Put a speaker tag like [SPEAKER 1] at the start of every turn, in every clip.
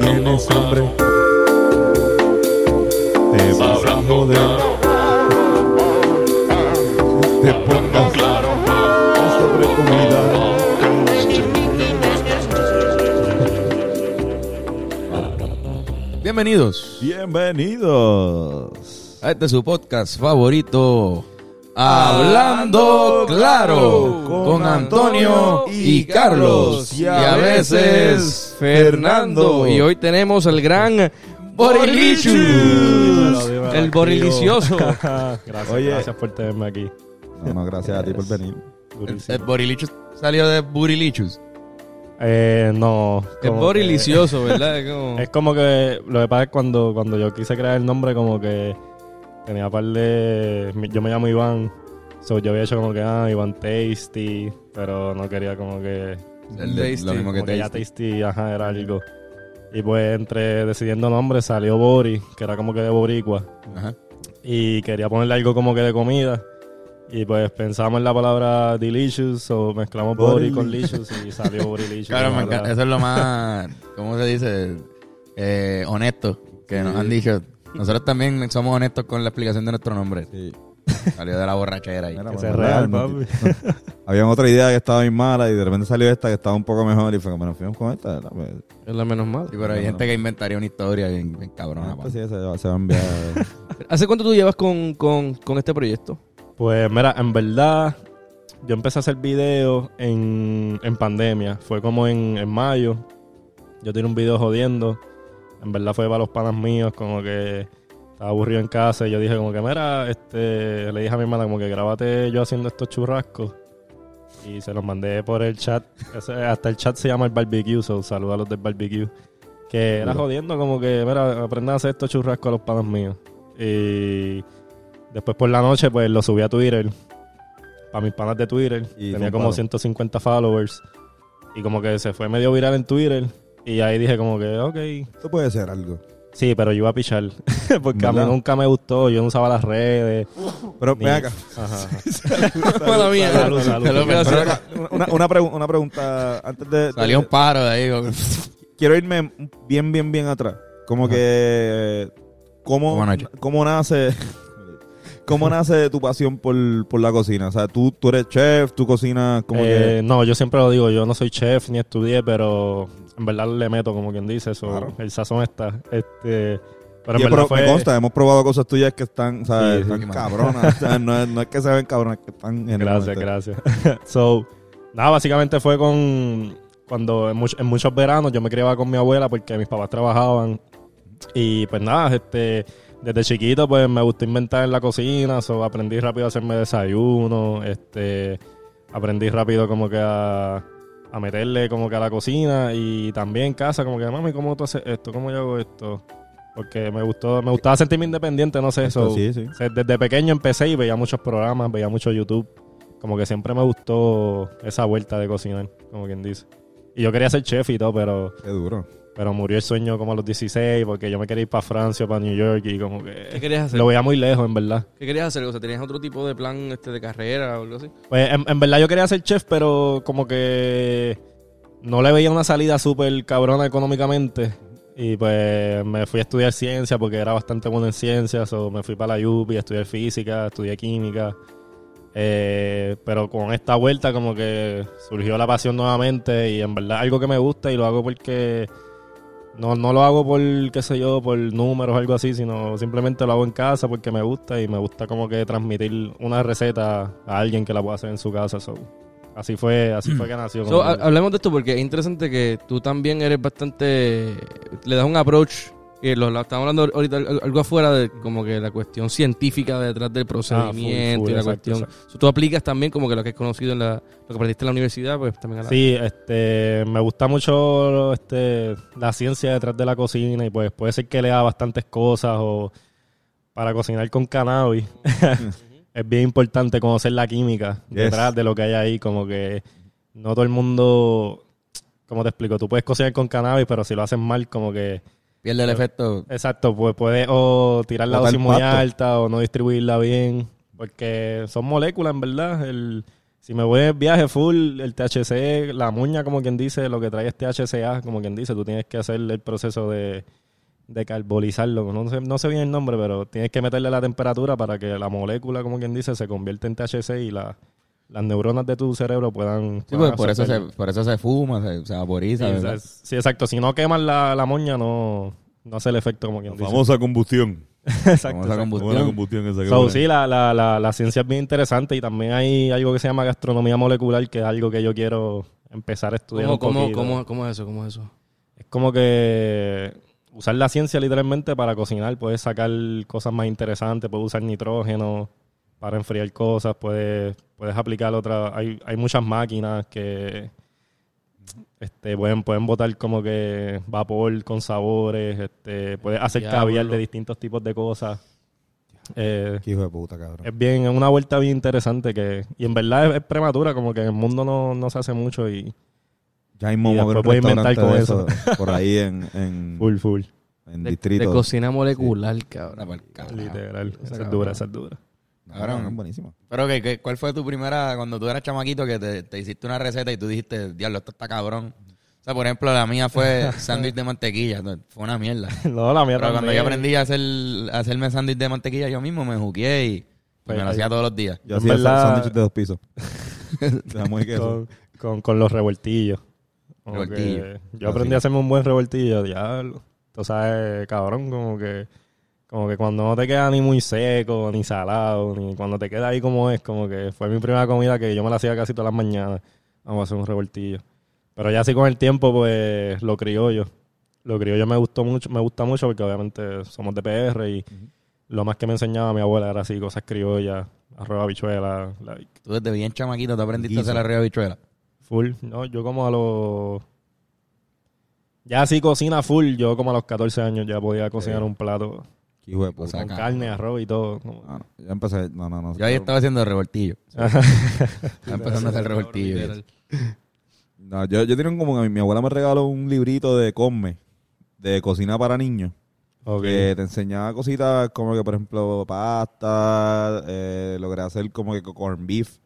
[SPEAKER 1] tienes hambre, te vas a joder. Te portas sobre comida.
[SPEAKER 2] Bienvenidos
[SPEAKER 1] Bienvenidos.
[SPEAKER 2] a este su podcast favorito. Hablando claro con Antonio y Carlos y a veces Fernando y hoy tenemos al gran Borilichus, el Borilicioso.
[SPEAKER 3] Ah, gracias,
[SPEAKER 1] Oye.
[SPEAKER 3] gracias por tenerme aquí.
[SPEAKER 1] No, no, gracias a ti por venir.
[SPEAKER 2] El,
[SPEAKER 3] Durísimo.
[SPEAKER 2] el Borilichus salió de Burilichus.
[SPEAKER 3] Eh, no.
[SPEAKER 2] El
[SPEAKER 3] como
[SPEAKER 2] Borilicioso, ¿verdad?
[SPEAKER 3] que-
[SPEAKER 2] Como-
[SPEAKER 3] Es como que lo que pasa es cuando, cuando yo quise crear el nombre, como que tenía par de. mi- Yo me llamo Iván. So, yo había hecho como que, ah, Iván Tasty, pero no quería como que.
[SPEAKER 2] El de- este. lo mismo que
[SPEAKER 3] como que ya
[SPEAKER 2] Tasty.
[SPEAKER 3] Tasty, ajá, era algo. Y pues entre decidiendo nombre salió Bori, que era como que de Boricua.
[SPEAKER 2] Ajá.
[SPEAKER 3] y quería ponerle algo como que de comida. Y pues pensamos en la palabra delicious o mezclamos body con licious y salió borilicious.
[SPEAKER 2] Claro, me
[SPEAKER 3] la
[SPEAKER 2] encanta.
[SPEAKER 3] verdad.
[SPEAKER 2] Eso es lo más, ¿cómo se dice? Eh, honesto que nos han dicho. Nosotros también somos honestos con la explicación de nuestro nombre.
[SPEAKER 1] Sí.
[SPEAKER 2] Salió de la borrachera ahí.
[SPEAKER 1] Mira,
[SPEAKER 3] Que
[SPEAKER 1] bueno,
[SPEAKER 3] sea real,
[SPEAKER 1] no,
[SPEAKER 3] papi.
[SPEAKER 1] Había otra idea que estaba bien mala y de repente salió esta que estaba un poco mejor y fue como, nos fuimos con esta. ¿verdad? Pues,
[SPEAKER 4] Es la menos mal.
[SPEAKER 2] Sí, pero hay
[SPEAKER 1] No,
[SPEAKER 2] gente que inventaría una historia bien, bien
[SPEAKER 1] ah,
[SPEAKER 2] cabrona.
[SPEAKER 1] pues
[SPEAKER 2] pa.
[SPEAKER 1] sí, se, va- se va a enviar.
[SPEAKER 4] ¿Hace cuánto tú llevas con, con, con este proyecto?
[SPEAKER 3] Pues mira, en verdad, yo empecé a hacer videos en, en pandemia. Fue como en, en mayo. Yo tenía un video jodiendo. En verdad fue para los panas míos, como que estaba aburrido en casa. Y yo dije como que, mira, este, le dije a mi hermana como que grábate yo haciendo estos churrascos. Y se los mandé por el chat. Ese- hasta el chat se llama el barbecue, so saluda a los del barbecue. Que era jodiendo como que, mira, aprende a hacer estos churrascos a los panas míos. Y después por la noche, pues lo subí a Twitter. Para mis panas de Twitter.
[SPEAKER 1] Y fue
[SPEAKER 3] Tenía
[SPEAKER 1] un
[SPEAKER 3] como
[SPEAKER 1] palo.
[SPEAKER 3] 150 followers. Y como que se fue medio viral en Twitter. Y ahí dije como que, ok.
[SPEAKER 1] Esto puede ser algo.
[SPEAKER 3] Sí, pero yo iba a pichar. Porque a mí
[SPEAKER 1] ¿Verdad?
[SPEAKER 3] nunca me gustó. Yo no usaba las redes.
[SPEAKER 1] Pero
[SPEAKER 3] ni-
[SPEAKER 1] ven acá.
[SPEAKER 3] Ajá.
[SPEAKER 4] Mala mía.
[SPEAKER 3] Salud, salud.
[SPEAKER 4] Te lo voy a
[SPEAKER 1] Pero
[SPEAKER 4] hacer.
[SPEAKER 1] acá, una, una, pregu- una pregunta antes de, de-
[SPEAKER 2] Salió un paro de ahí. con-
[SPEAKER 1] Quiero irme bien, bien, bien atrás. Como que... ¿Cómo,
[SPEAKER 2] Buenas noches.
[SPEAKER 1] cómo nace... ¿Cómo nace tu pasión por, por la cocina? O sea, tú, tú eres chef, tú cocinas como
[SPEAKER 3] Eh, No, yo siempre lo digo, yo no soy chef ni estudié, pero en verdad le meto, como quien dice, eso,
[SPEAKER 1] Claro.
[SPEAKER 3] el sazón está. Este, pero
[SPEAKER 1] que... Y
[SPEAKER 3] en
[SPEAKER 1] es,
[SPEAKER 3] verdad
[SPEAKER 1] pero
[SPEAKER 3] fue,
[SPEAKER 1] me consta, hemos probado cosas tuyas que están, o sea,
[SPEAKER 3] Sí, sí,
[SPEAKER 1] están
[SPEAKER 2] sí, man.
[SPEAKER 1] cabronas. O sea, no, es, no es que se ven cabronas, que están
[SPEAKER 3] Gracias,
[SPEAKER 1] genuinamente.
[SPEAKER 3] gracias. so, nada, básicamente fue con. Cuando en, much- en muchos veranos yo me criaba con mi abuela porque mis papás trabajaban. Y pues nada, este. Desde chiquito, pues me gustó inventar en la cocina, so, aprendí rápido a hacerme desayuno, este. Aprendí rápido como que a. a meterle como que a la cocina y también en casa, como que, mami, ¿cómo tú haces esto? ¿Cómo yo hago esto? Porque me gustó, me gustaba sentirme independiente, no sé,
[SPEAKER 1] Esto
[SPEAKER 3] so,
[SPEAKER 1] sí, sí.
[SPEAKER 3] o sea, desde pequeño empecé y veía muchos programas, veía mucho YouTube. Como que siempre me gustó esa vuelta de cocinar, como quien dice. Y yo quería ser chef y todo, pero,
[SPEAKER 1] Qué duro.
[SPEAKER 3] pero murió el sueño como a los 16 porque yo me quería ir para Francia, para New York y como
[SPEAKER 4] ¿Qué
[SPEAKER 3] que...
[SPEAKER 4] querías hacer?
[SPEAKER 3] Lo veía muy lejos, en verdad.
[SPEAKER 4] ¿Qué querías hacer? O sea, ¿tenías otro tipo de plan este, de carrera o algo así?
[SPEAKER 3] Pues en, en verdad yo quería ser chef, pero como que no le veía una salida súper cabrona económicamente. Y pues me fui a estudiar ciencia porque era bastante bueno en ciencias. O me fui para la UPI a estudiar física, estudié química. Eh, pero con esta vuelta como que surgió la pasión nuevamente y en verdad algo que me gusta y lo hago porque no, no lo hago por, qué sé yo, por números o algo así, sino simplemente lo hago en casa porque me gusta y me gusta como que transmitir una receta a alguien que la pueda hacer en su casa. so, Así fue, así fue que nació. como
[SPEAKER 4] So, ha-
[SPEAKER 3] que-
[SPEAKER 4] hablemos de esto porque es interesante que tú también eres bastante... Le das un approach que lo, lo estamos hablando ahorita al- algo afuera de como que la cuestión científica detrás del procedimiento
[SPEAKER 3] Ah, full,
[SPEAKER 4] y la
[SPEAKER 3] exacto,
[SPEAKER 4] cuestión... So, tú aplicas también como que lo que has conocido en la... Lo que aprendiste en la universidad, pues también a la...
[SPEAKER 3] Sí, este, me gusta mucho este, la ciencia detrás de la cocina y pues puede ser que lea bastantes cosas o para cocinar con cannabis. es bien importante conocer la química
[SPEAKER 1] Yes.
[SPEAKER 3] detrás de lo que hay ahí, como que no todo el mundo, como te explico, tú puedes cocinar con cannabis, pero si lo haces mal, como que...
[SPEAKER 2] Pierde el efecto.
[SPEAKER 3] Exacto, pues puedes o tirar la
[SPEAKER 1] Botar
[SPEAKER 3] dosis muy
[SPEAKER 1] pasto.
[SPEAKER 3] alta o no distribuirla bien, porque son moléculas, en verdad. El, Si me voy en viaje full, el THC, la muña, como quien dice, lo que trae es THCA, como quien dice, tú tienes que hacer el proceso de, de carbolizarlo. No sé, no sé bien el nombre, pero tienes que meterle la temperatura para que la molécula, como quien dice, se convierta en THC y la- las neuronas de tu cerebro puedan.
[SPEAKER 5] Sí,
[SPEAKER 3] puedan
[SPEAKER 5] pues, por, eso se,
[SPEAKER 3] absorberlo.
[SPEAKER 5] por eso se fuma, se, se
[SPEAKER 3] Sí,
[SPEAKER 5] vaporiza. ¿verdad?
[SPEAKER 3] exact- sí, exacto. Si no quemas la, la moña, no, no hace el efecto, como quien
[SPEAKER 1] La
[SPEAKER 3] dice.
[SPEAKER 1] famosa combustión.
[SPEAKER 3] Exacto,
[SPEAKER 5] Vamos a
[SPEAKER 3] exacto.
[SPEAKER 1] Como la
[SPEAKER 5] combustión.
[SPEAKER 1] combustión esa que
[SPEAKER 3] So,
[SPEAKER 1] huele.
[SPEAKER 3] sí, la, la, la, la ciencia es bien interesante y también hay algo que se llama gastronomía molecular, que es algo que yo quiero empezar a estudiar.
[SPEAKER 4] ¿Cómo,
[SPEAKER 3] un
[SPEAKER 4] cómo,
[SPEAKER 3] poquito.
[SPEAKER 4] cómo, cómo es eso? ¿Cómo es eso?
[SPEAKER 3] Es como que usar la ciencia literalmente para cocinar, puedes sacar cosas más interesantes, puedes usar nitrógeno para enfriar cosas, puedes, puedes aplicar otras, hay, hay muchas máquinas que este, pueden, pueden botar como que vapor con sabores, este, puedes hacer
[SPEAKER 4] Diablo.
[SPEAKER 3] caviar de distintos tipos de cosas. Eh,
[SPEAKER 5] Qué hijo de puta, cabrón.
[SPEAKER 3] es bien, es una vuelta bien interesante que, y en verdad es, es prematura, como que en el mundo no, no se hace mucho y
[SPEAKER 1] Ya mismo
[SPEAKER 3] Y
[SPEAKER 1] vamos a ver
[SPEAKER 3] después
[SPEAKER 1] un
[SPEAKER 3] voy a inventar
[SPEAKER 1] restaurante
[SPEAKER 3] con
[SPEAKER 1] de eso por ahí en, en,
[SPEAKER 3] full, full,
[SPEAKER 1] en
[SPEAKER 4] De, de
[SPEAKER 1] distrito.
[SPEAKER 4] cocina molecular, cabrón.
[SPEAKER 5] Cabrón, cabrón.
[SPEAKER 3] literal. Esa es dura, esa es dura.
[SPEAKER 1] Cabrón, es buenísimo.
[SPEAKER 5] Pero, ¿qué- qué- ¿cuál fue tu primera, cuando tú eras chamaquito, que te, te hiciste una receta y tú dijiste, diablo, esto está cabrón? O sea, por ejemplo, la mía fue sándwich de mantequilla. Fue una mierda.
[SPEAKER 3] No, la mía
[SPEAKER 5] Pero cuando
[SPEAKER 3] también.
[SPEAKER 5] yo aprendí a, hacer, a hacerme sándwich de mantequilla yo mismo, me juqué y, y
[SPEAKER 3] Pues,
[SPEAKER 5] me lo
[SPEAKER 3] ahí-
[SPEAKER 5] hacía todos los días.
[SPEAKER 1] Yo
[SPEAKER 3] En
[SPEAKER 1] hacía
[SPEAKER 3] verdad-
[SPEAKER 1] sa- sándwiches de dos pisos. de jamón y queso.
[SPEAKER 3] con, con, con los revoltillos. Como
[SPEAKER 5] Revoltillo.
[SPEAKER 3] que
[SPEAKER 5] Ah,
[SPEAKER 3] Yo aprendí a hacerme un buen revoltillo, diablo. Tú sabes, cabrón, como que, como que cuando no te queda ni muy seco, ni salado, ni cuando te queda ahí como es, como que fue mi primera comida que yo me la hacía casi todas las mañanas. Vamos a hacer un revoltillo. Pero ya así con el tiempo, pues, lo criollo. Lo criollo me gustó mucho, me gusta mucho porque obviamente somos de PR y lo más que me enseñaba mi abuela era así, cosas criollas, arroz, habichuela, like,
[SPEAKER 5] Tú desde bien chamaquito te aprendiste
[SPEAKER 1] Guiso.
[SPEAKER 5] a hacer arriba bichuela.
[SPEAKER 3] Full, no, yo como a los... Ya así cocina full, yo como a los 14 años ya podía cocinar un plato
[SPEAKER 1] Qué hijo de
[SPEAKER 5] O sea,
[SPEAKER 1] puta.
[SPEAKER 3] con
[SPEAKER 5] acá.
[SPEAKER 3] carne, arroz y todo. como-
[SPEAKER 1] Ah, no, ya empecé. No, no, no.
[SPEAKER 5] Yo ahí estaba haciendo revoltillo.
[SPEAKER 3] Ajá.
[SPEAKER 5] Estaba empezando a hacer revoltillo.
[SPEAKER 1] No, yo, yo tenía un- como que mi abuela me regaló un librito de Come, de cocina para niños.
[SPEAKER 3] Ok.
[SPEAKER 1] Que te enseñaba cositas como que, por ejemplo, pasta, eh, logré hacer como que corn beef.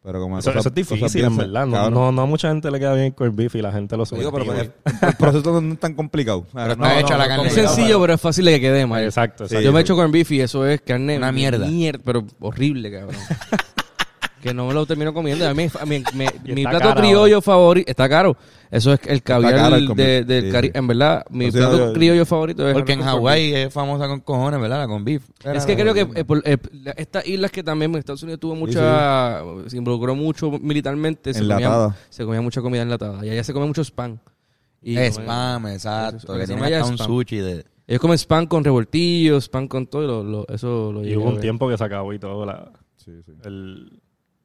[SPEAKER 1] Pero como
[SPEAKER 3] Eso,
[SPEAKER 1] cosas-
[SPEAKER 3] eso es
[SPEAKER 1] cosas
[SPEAKER 3] difícil,
[SPEAKER 1] bien
[SPEAKER 3] en
[SPEAKER 1] sen-
[SPEAKER 3] verdad. No,
[SPEAKER 1] cabrón.
[SPEAKER 3] no, no a mucha gente le queda bien el corned beef y la gente lo sube.
[SPEAKER 1] Digo, pero pues, el proceso no es tan complicado.
[SPEAKER 5] Pero está hecha la carne.
[SPEAKER 4] Es sencillo, pero es fácil de que quede, man.
[SPEAKER 3] Exacto,
[SPEAKER 1] Sí.
[SPEAKER 3] exacto.
[SPEAKER 4] Yo me echo con beef y eso es carne.
[SPEAKER 5] Una mierda.
[SPEAKER 4] mier- pero horrible, cabrón. que no me lo termino comiendo. A mí, me- me- me-
[SPEAKER 3] Y
[SPEAKER 4] mi
[SPEAKER 3] está
[SPEAKER 4] plato
[SPEAKER 3] caro
[SPEAKER 4] criollo favorito. Está caro. Eso es el caviar
[SPEAKER 1] caro el
[SPEAKER 4] de,
[SPEAKER 1] comer.
[SPEAKER 4] del
[SPEAKER 1] Sí,
[SPEAKER 4] Cari-
[SPEAKER 1] sí.
[SPEAKER 4] En verdad, mi
[SPEAKER 1] O sea,
[SPEAKER 4] plato
[SPEAKER 1] yo-
[SPEAKER 4] criollo favorito es.
[SPEAKER 5] Porque en
[SPEAKER 4] arroz con
[SPEAKER 5] Hawái es famosa con cojones, ¿verdad? La con beef.
[SPEAKER 4] beef. Es que creo que eh, por- eh, la- estas islas que también en Estados Unidos tuvo mucha. Se involucró mucho militarmente. Se comía,
[SPEAKER 1] Enlatada.
[SPEAKER 4] se comía mucha comida enlatada. Y allá se come mucho spam. Y
[SPEAKER 5] Eh,
[SPEAKER 4] comen-
[SPEAKER 5] spam,
[SPEAKER 4] Eso-
[SPEAKER 5] exacto.
[SPEAKER 4] eso
[SPEAKER 5] Que tiene
[SPEAKER 4] no haya
[SPEAKER 5] hasta un
[SPEAKER 4] spam.
[SPEAKER 5] sushi de...
[SPEAKER 4] Ellos comen spam con revoltillos, spam con todo. y lo- lo- eso lo
[SPEAKER 3] Y
[SPEAKER 4] llegué
[SPEAKER 3] hubo
[SPEAKER 4] a
[SPEAKER 3] un
[SPEAKER 4] ver.
[SPEAKER 3] tiempo que se acabó y todo. la-
[SPEAKER 1] Sí, sí.
[SPEAKER 3] el,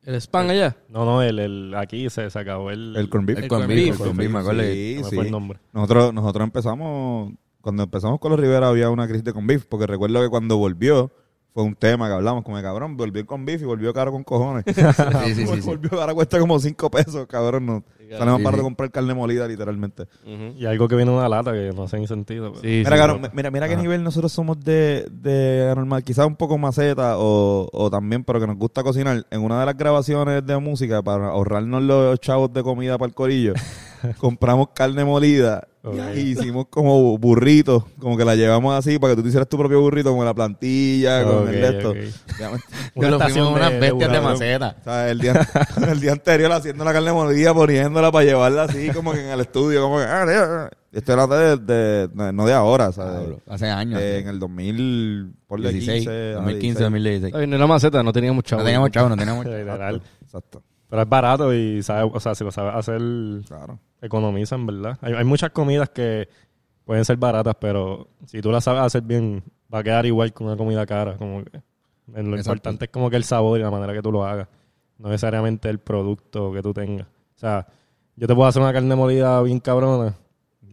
[SPEAKER 4] El spam allá.
[SPEAKER 3] no, no, el, el- aquí se, se acabó el...
[SPEAKER 1] El corn beef.
[SPEAKER 5] El con
[SPEAKER 4] corned beef,
[SPEAKER 5] beef, el con beef, me acuerdo. que-
[SPEAKER 1] Sí,
[SPEAKER 3] no me
[SPEAKER 1] sí.
[SPEAKER 3] fue el nombre.
[SPEAKER 1] Nosotros, nosotros empezamos, cuando empezamos con los Rivera había una crisis de con beef, porque recuerdo que cuando volvió, fue un tema que hablamos con el cabrón, volvió con beef y volvió caro con cojones.
[SPEAKER 5] Sí, sí, sí, sí.
[SPEAKER 1] Volvió ahora cuesta como 5 pesos, cabrón. No. Salimos
[SPEAKER 5] Sí,
[SPEAKER 1] para
[SPEAKER 5] sí.
[SPEAKER 1] comprar carne molida, literalmente.
[SPEAKER 3] Y algo que viene en una lata que no hace ni sentido. pues. pero-
[SPEAKER 4] Sí,
[SPEAKER 1] Mira, cabrón, mira, mira qué nivel nosotros somos de, de anormal. Quizás un poco maceta o, o también, pero que nos gusta cocinar. En una de las grabaciones de música, para ahorrarnos los chavos de comida para el corillo, compramos carne molida
[SPEAKER 3] Ok.
[SPEAKER 1] y hicimos como burritos. Como que la llevamos así para que tú te hicieras tu propio burrito con la plantilla, con el
[SPEAKER 3] Ok,
[SPEAKER 1] de esto.
[SPEAKER 3] ok.
[SPEAKER 1] Ya me-
[SPEAKER 5] Que lo fuimos unas bestias de
[SPEAKER 3] burrado.
[SPEAKER 5] maceta.
[SPEAKER 1] O sea, el día, el día anterior haciendo la carne molida, poniéndola para llevarla así como que en el estudio, como que... "Ah, ah, ah". Esto era de, de- no de ahora, o sea, de-
[SPEAKER 5] Diablo, Hace años.
[SPEAKER 1] eh, en el 2000, por
[SPEAKER 5] 16, 2015, 2016.
[SPEAKER 4] Ay, no era maceta, no teníamos chavo.
[SPEAKER 5] No teníamos chavo, no teníamos chavo.
[SPEAKER 3] Literal.
[SPEAKER 1] Exacto,
[SPEAKER 3] Pero es barato y sabe, o sea, si lo sabes hacer,
[SPEAKER 1] claro.
[SPEAKER 3] economiza, en verdad. Hay, hay muchas comidas que pueden ser baratas, pero si tú las sabes hacer bien, va a quedar igual que una comida cara. Como que en lo
[SPEAKER 5] Exacto.
[SPEAKER 3] importante es como que el sabor y la manera que tú lo hagas. No necesariamente el producto que tú tengas. O sea, yo te puedo hacer una carne molida bien cabrona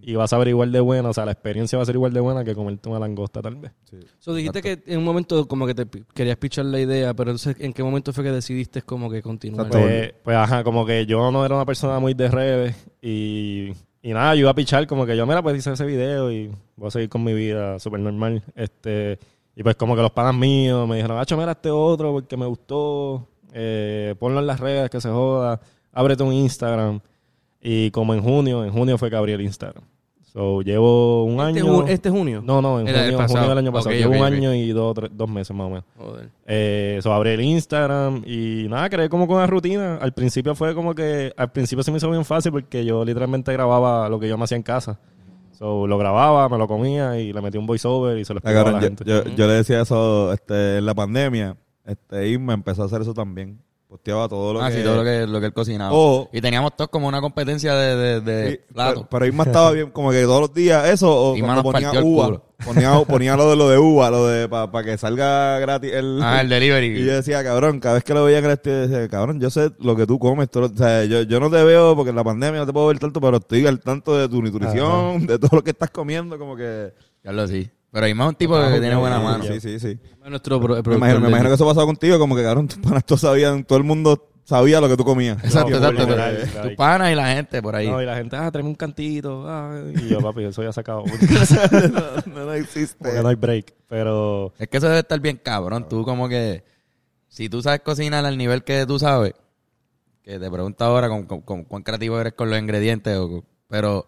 [SPEAKER 3] y vas a ver igual de buena. O sea, la experiencia va a ser igual de buena que comerte una langosta, tal vez.
[SPEAKER 4] So, dijiste que en un momento como que te pi- querías pichar la idea, pero entonces ¿en qué momento fue que decidiste como que continuar? ¿Este
[SPEAKER 1] Exacto.
[SPEAKER 3] Pues, pues, ajá, como que yo no era una persona muy de redes y, y nada, yo iba a pichar como que yo, mira, pues hice ese video y voy a seguir con mi vida súper normal. Este, y pues como que los panas míos me dijeron, Acho, mira este otro porque me gustó. eh, ponlo en las redes, que se joda, ábrete un Instagram. Y como en junio, en junio fue que abrí el Instagram. So, llevo un
[SPEAKER 4] Este,
[SPEAKER 3] año...
[SPEAKER 4] ju- este junio.
[SPEAKER 3] No, no, en
[SPEAKER 4] Era el
[SPEAKER 3] junio,
[SPEAKER 4] pasado.
[SPEAKER 3] junio del año pasado.
[SPEAKER 4] Ok,
[SPEAKER 3] llevo
[SPEAKER 4] ok,
[SPEAKER 3] un
[SPEAKER 4] ok.
[SPEAKER 3] año y dos, o tres- dos meses más o menos.
[SPEAKER 4] Joder.
[SPEAKER 3] Eh, so, abrí el Instagram y nada, creé como con la rutina. Al principio fue como que, al principio se me hizo bien fácil porque yo literalmente grababa lo que yo me hacía en casa. So, lo grababa, me lo comía y le metí un voiceover y se lo
[SPEAKER 1] Ah,
[SPEAKER 3] explicaba a
[SPEAKER 1] cabrón,
[SPEAKER 3] la
[SPEAKER 1] yo,
[SPEAKER 3] gente.
[SPEAKER 1] yo- yo le decía eso este, en la pandemia. Este Irma empezó a hacer eso también. Posteaba todo lo
[SPEAKER 5] Ah,
[SPEAKER 1] que...
[SPEAKER 5] sí, todo lo que, lo que él cocinaba.
[SPEAKER 1] O-
[SPEAKER 5] Y teníamos todos como una competencia de, de, de
[SPEAKER 1] Sí,
[SPEAKER 5] platos.
[SPEAKER 1] pero, pero Irma estaba bien, como que todos los días eso, o
[SPEAKER 5] Irma
[SPEAKER 1] cuando
[SPEAKER 5] nos
[SPEAKER 1] ponía
[SPEAKER 5] partió el
[SPEAKER 1] uva,
[SPEAKER 5] culo.
[SPEAKER 1] ponía, ponía lo de lo de uva, lo de para que salga gratis el,
[SPEAKER 5] Ah, el
[SPEAKER 1] y yo
[SPEAKER 5] delivery.
[SPEAKER 1] decía, cabrón, cada vez que lo veía en el estudio, decía, cabrón, yo sé lo que tú comes. todo lo- o sea, yo, yo no te veo porque en la pandemia no te puedo ver tanto, pero estoy al tanto de tu nutrición, de todo lo que estás comiendo, como que... Ah,
[SPEAKER 5] Ya lo sí. Pero Irma es un tipo que tiene buena
[SPEAKER 1] Sí,
[SPEAKER 5] mano.
[SPEAKER 1] Sí, sí, sí.
[SPEAKER 4] Nuestro pro-
[SPEAKER 1] Me
[SPEAKER 4] productor
[SPEAKER 1] imagino, me
[SPEAKER 4] de-
[SPEAKER 1] imagino que eso pasaba contigo, como que, cabrón, tus panas todos sabían, todo el mundo sabía lo que tú comías.
[SPEAKER 5] Exacto, exacto.
[SPEAKER 3] Como
[SPEAKER 5] pero-
[SPEAKER 3] general,
[SPEAKER 5] Tus panas y la gente por ahí.
[SPEAKER 3] No, y la gente, ah, tráeme un cantito. ah, Y yo, papi, eso ya se acabó.
[SPEAKER 1] no, no existe.
[SPEAKER 3] Porque no hay break. Pero
[SPEAKER 5] Es que eso debe estar bien cabrón. Tú como que... Si tú sabes cocinar al nivel que tú sabes, que te pregunto ahora con, con- con cuán creativo eres con los ingredientes, o con- pero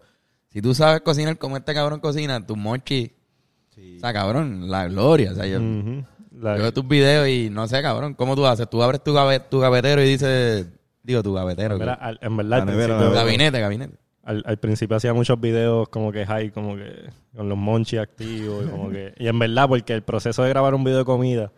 [SPEAKER 5] si tú sabes cocinar como este cabrón cocina, tu mochi... O sea, cabrón, la gloria. O sea, yo,
[SPEAKER 3] ujú, la-
[SPEAKER 5] yo veo tus videos y no sé, cabrón, ¿cómo tú haces? Tú abres tu, gabe- tu gavetero y dices... Digo, tu gavetero.
[SPEAKER 3] en verdad, al- en verdad,
[SPEAKER 1] La
[SPEAKER 3] al
[SPEAKER 1] nevera, la
[SPEAKER 3] principio-
[SPEAKER 1] nevera.
[SPEAKER 5] Gabinete, gabinete.
[SPEAKER 3] Al, al principio hacía muchos videos como que high, como que con los monchis activos y como que... Y en verdad, porque el proceso de grabar un video de comida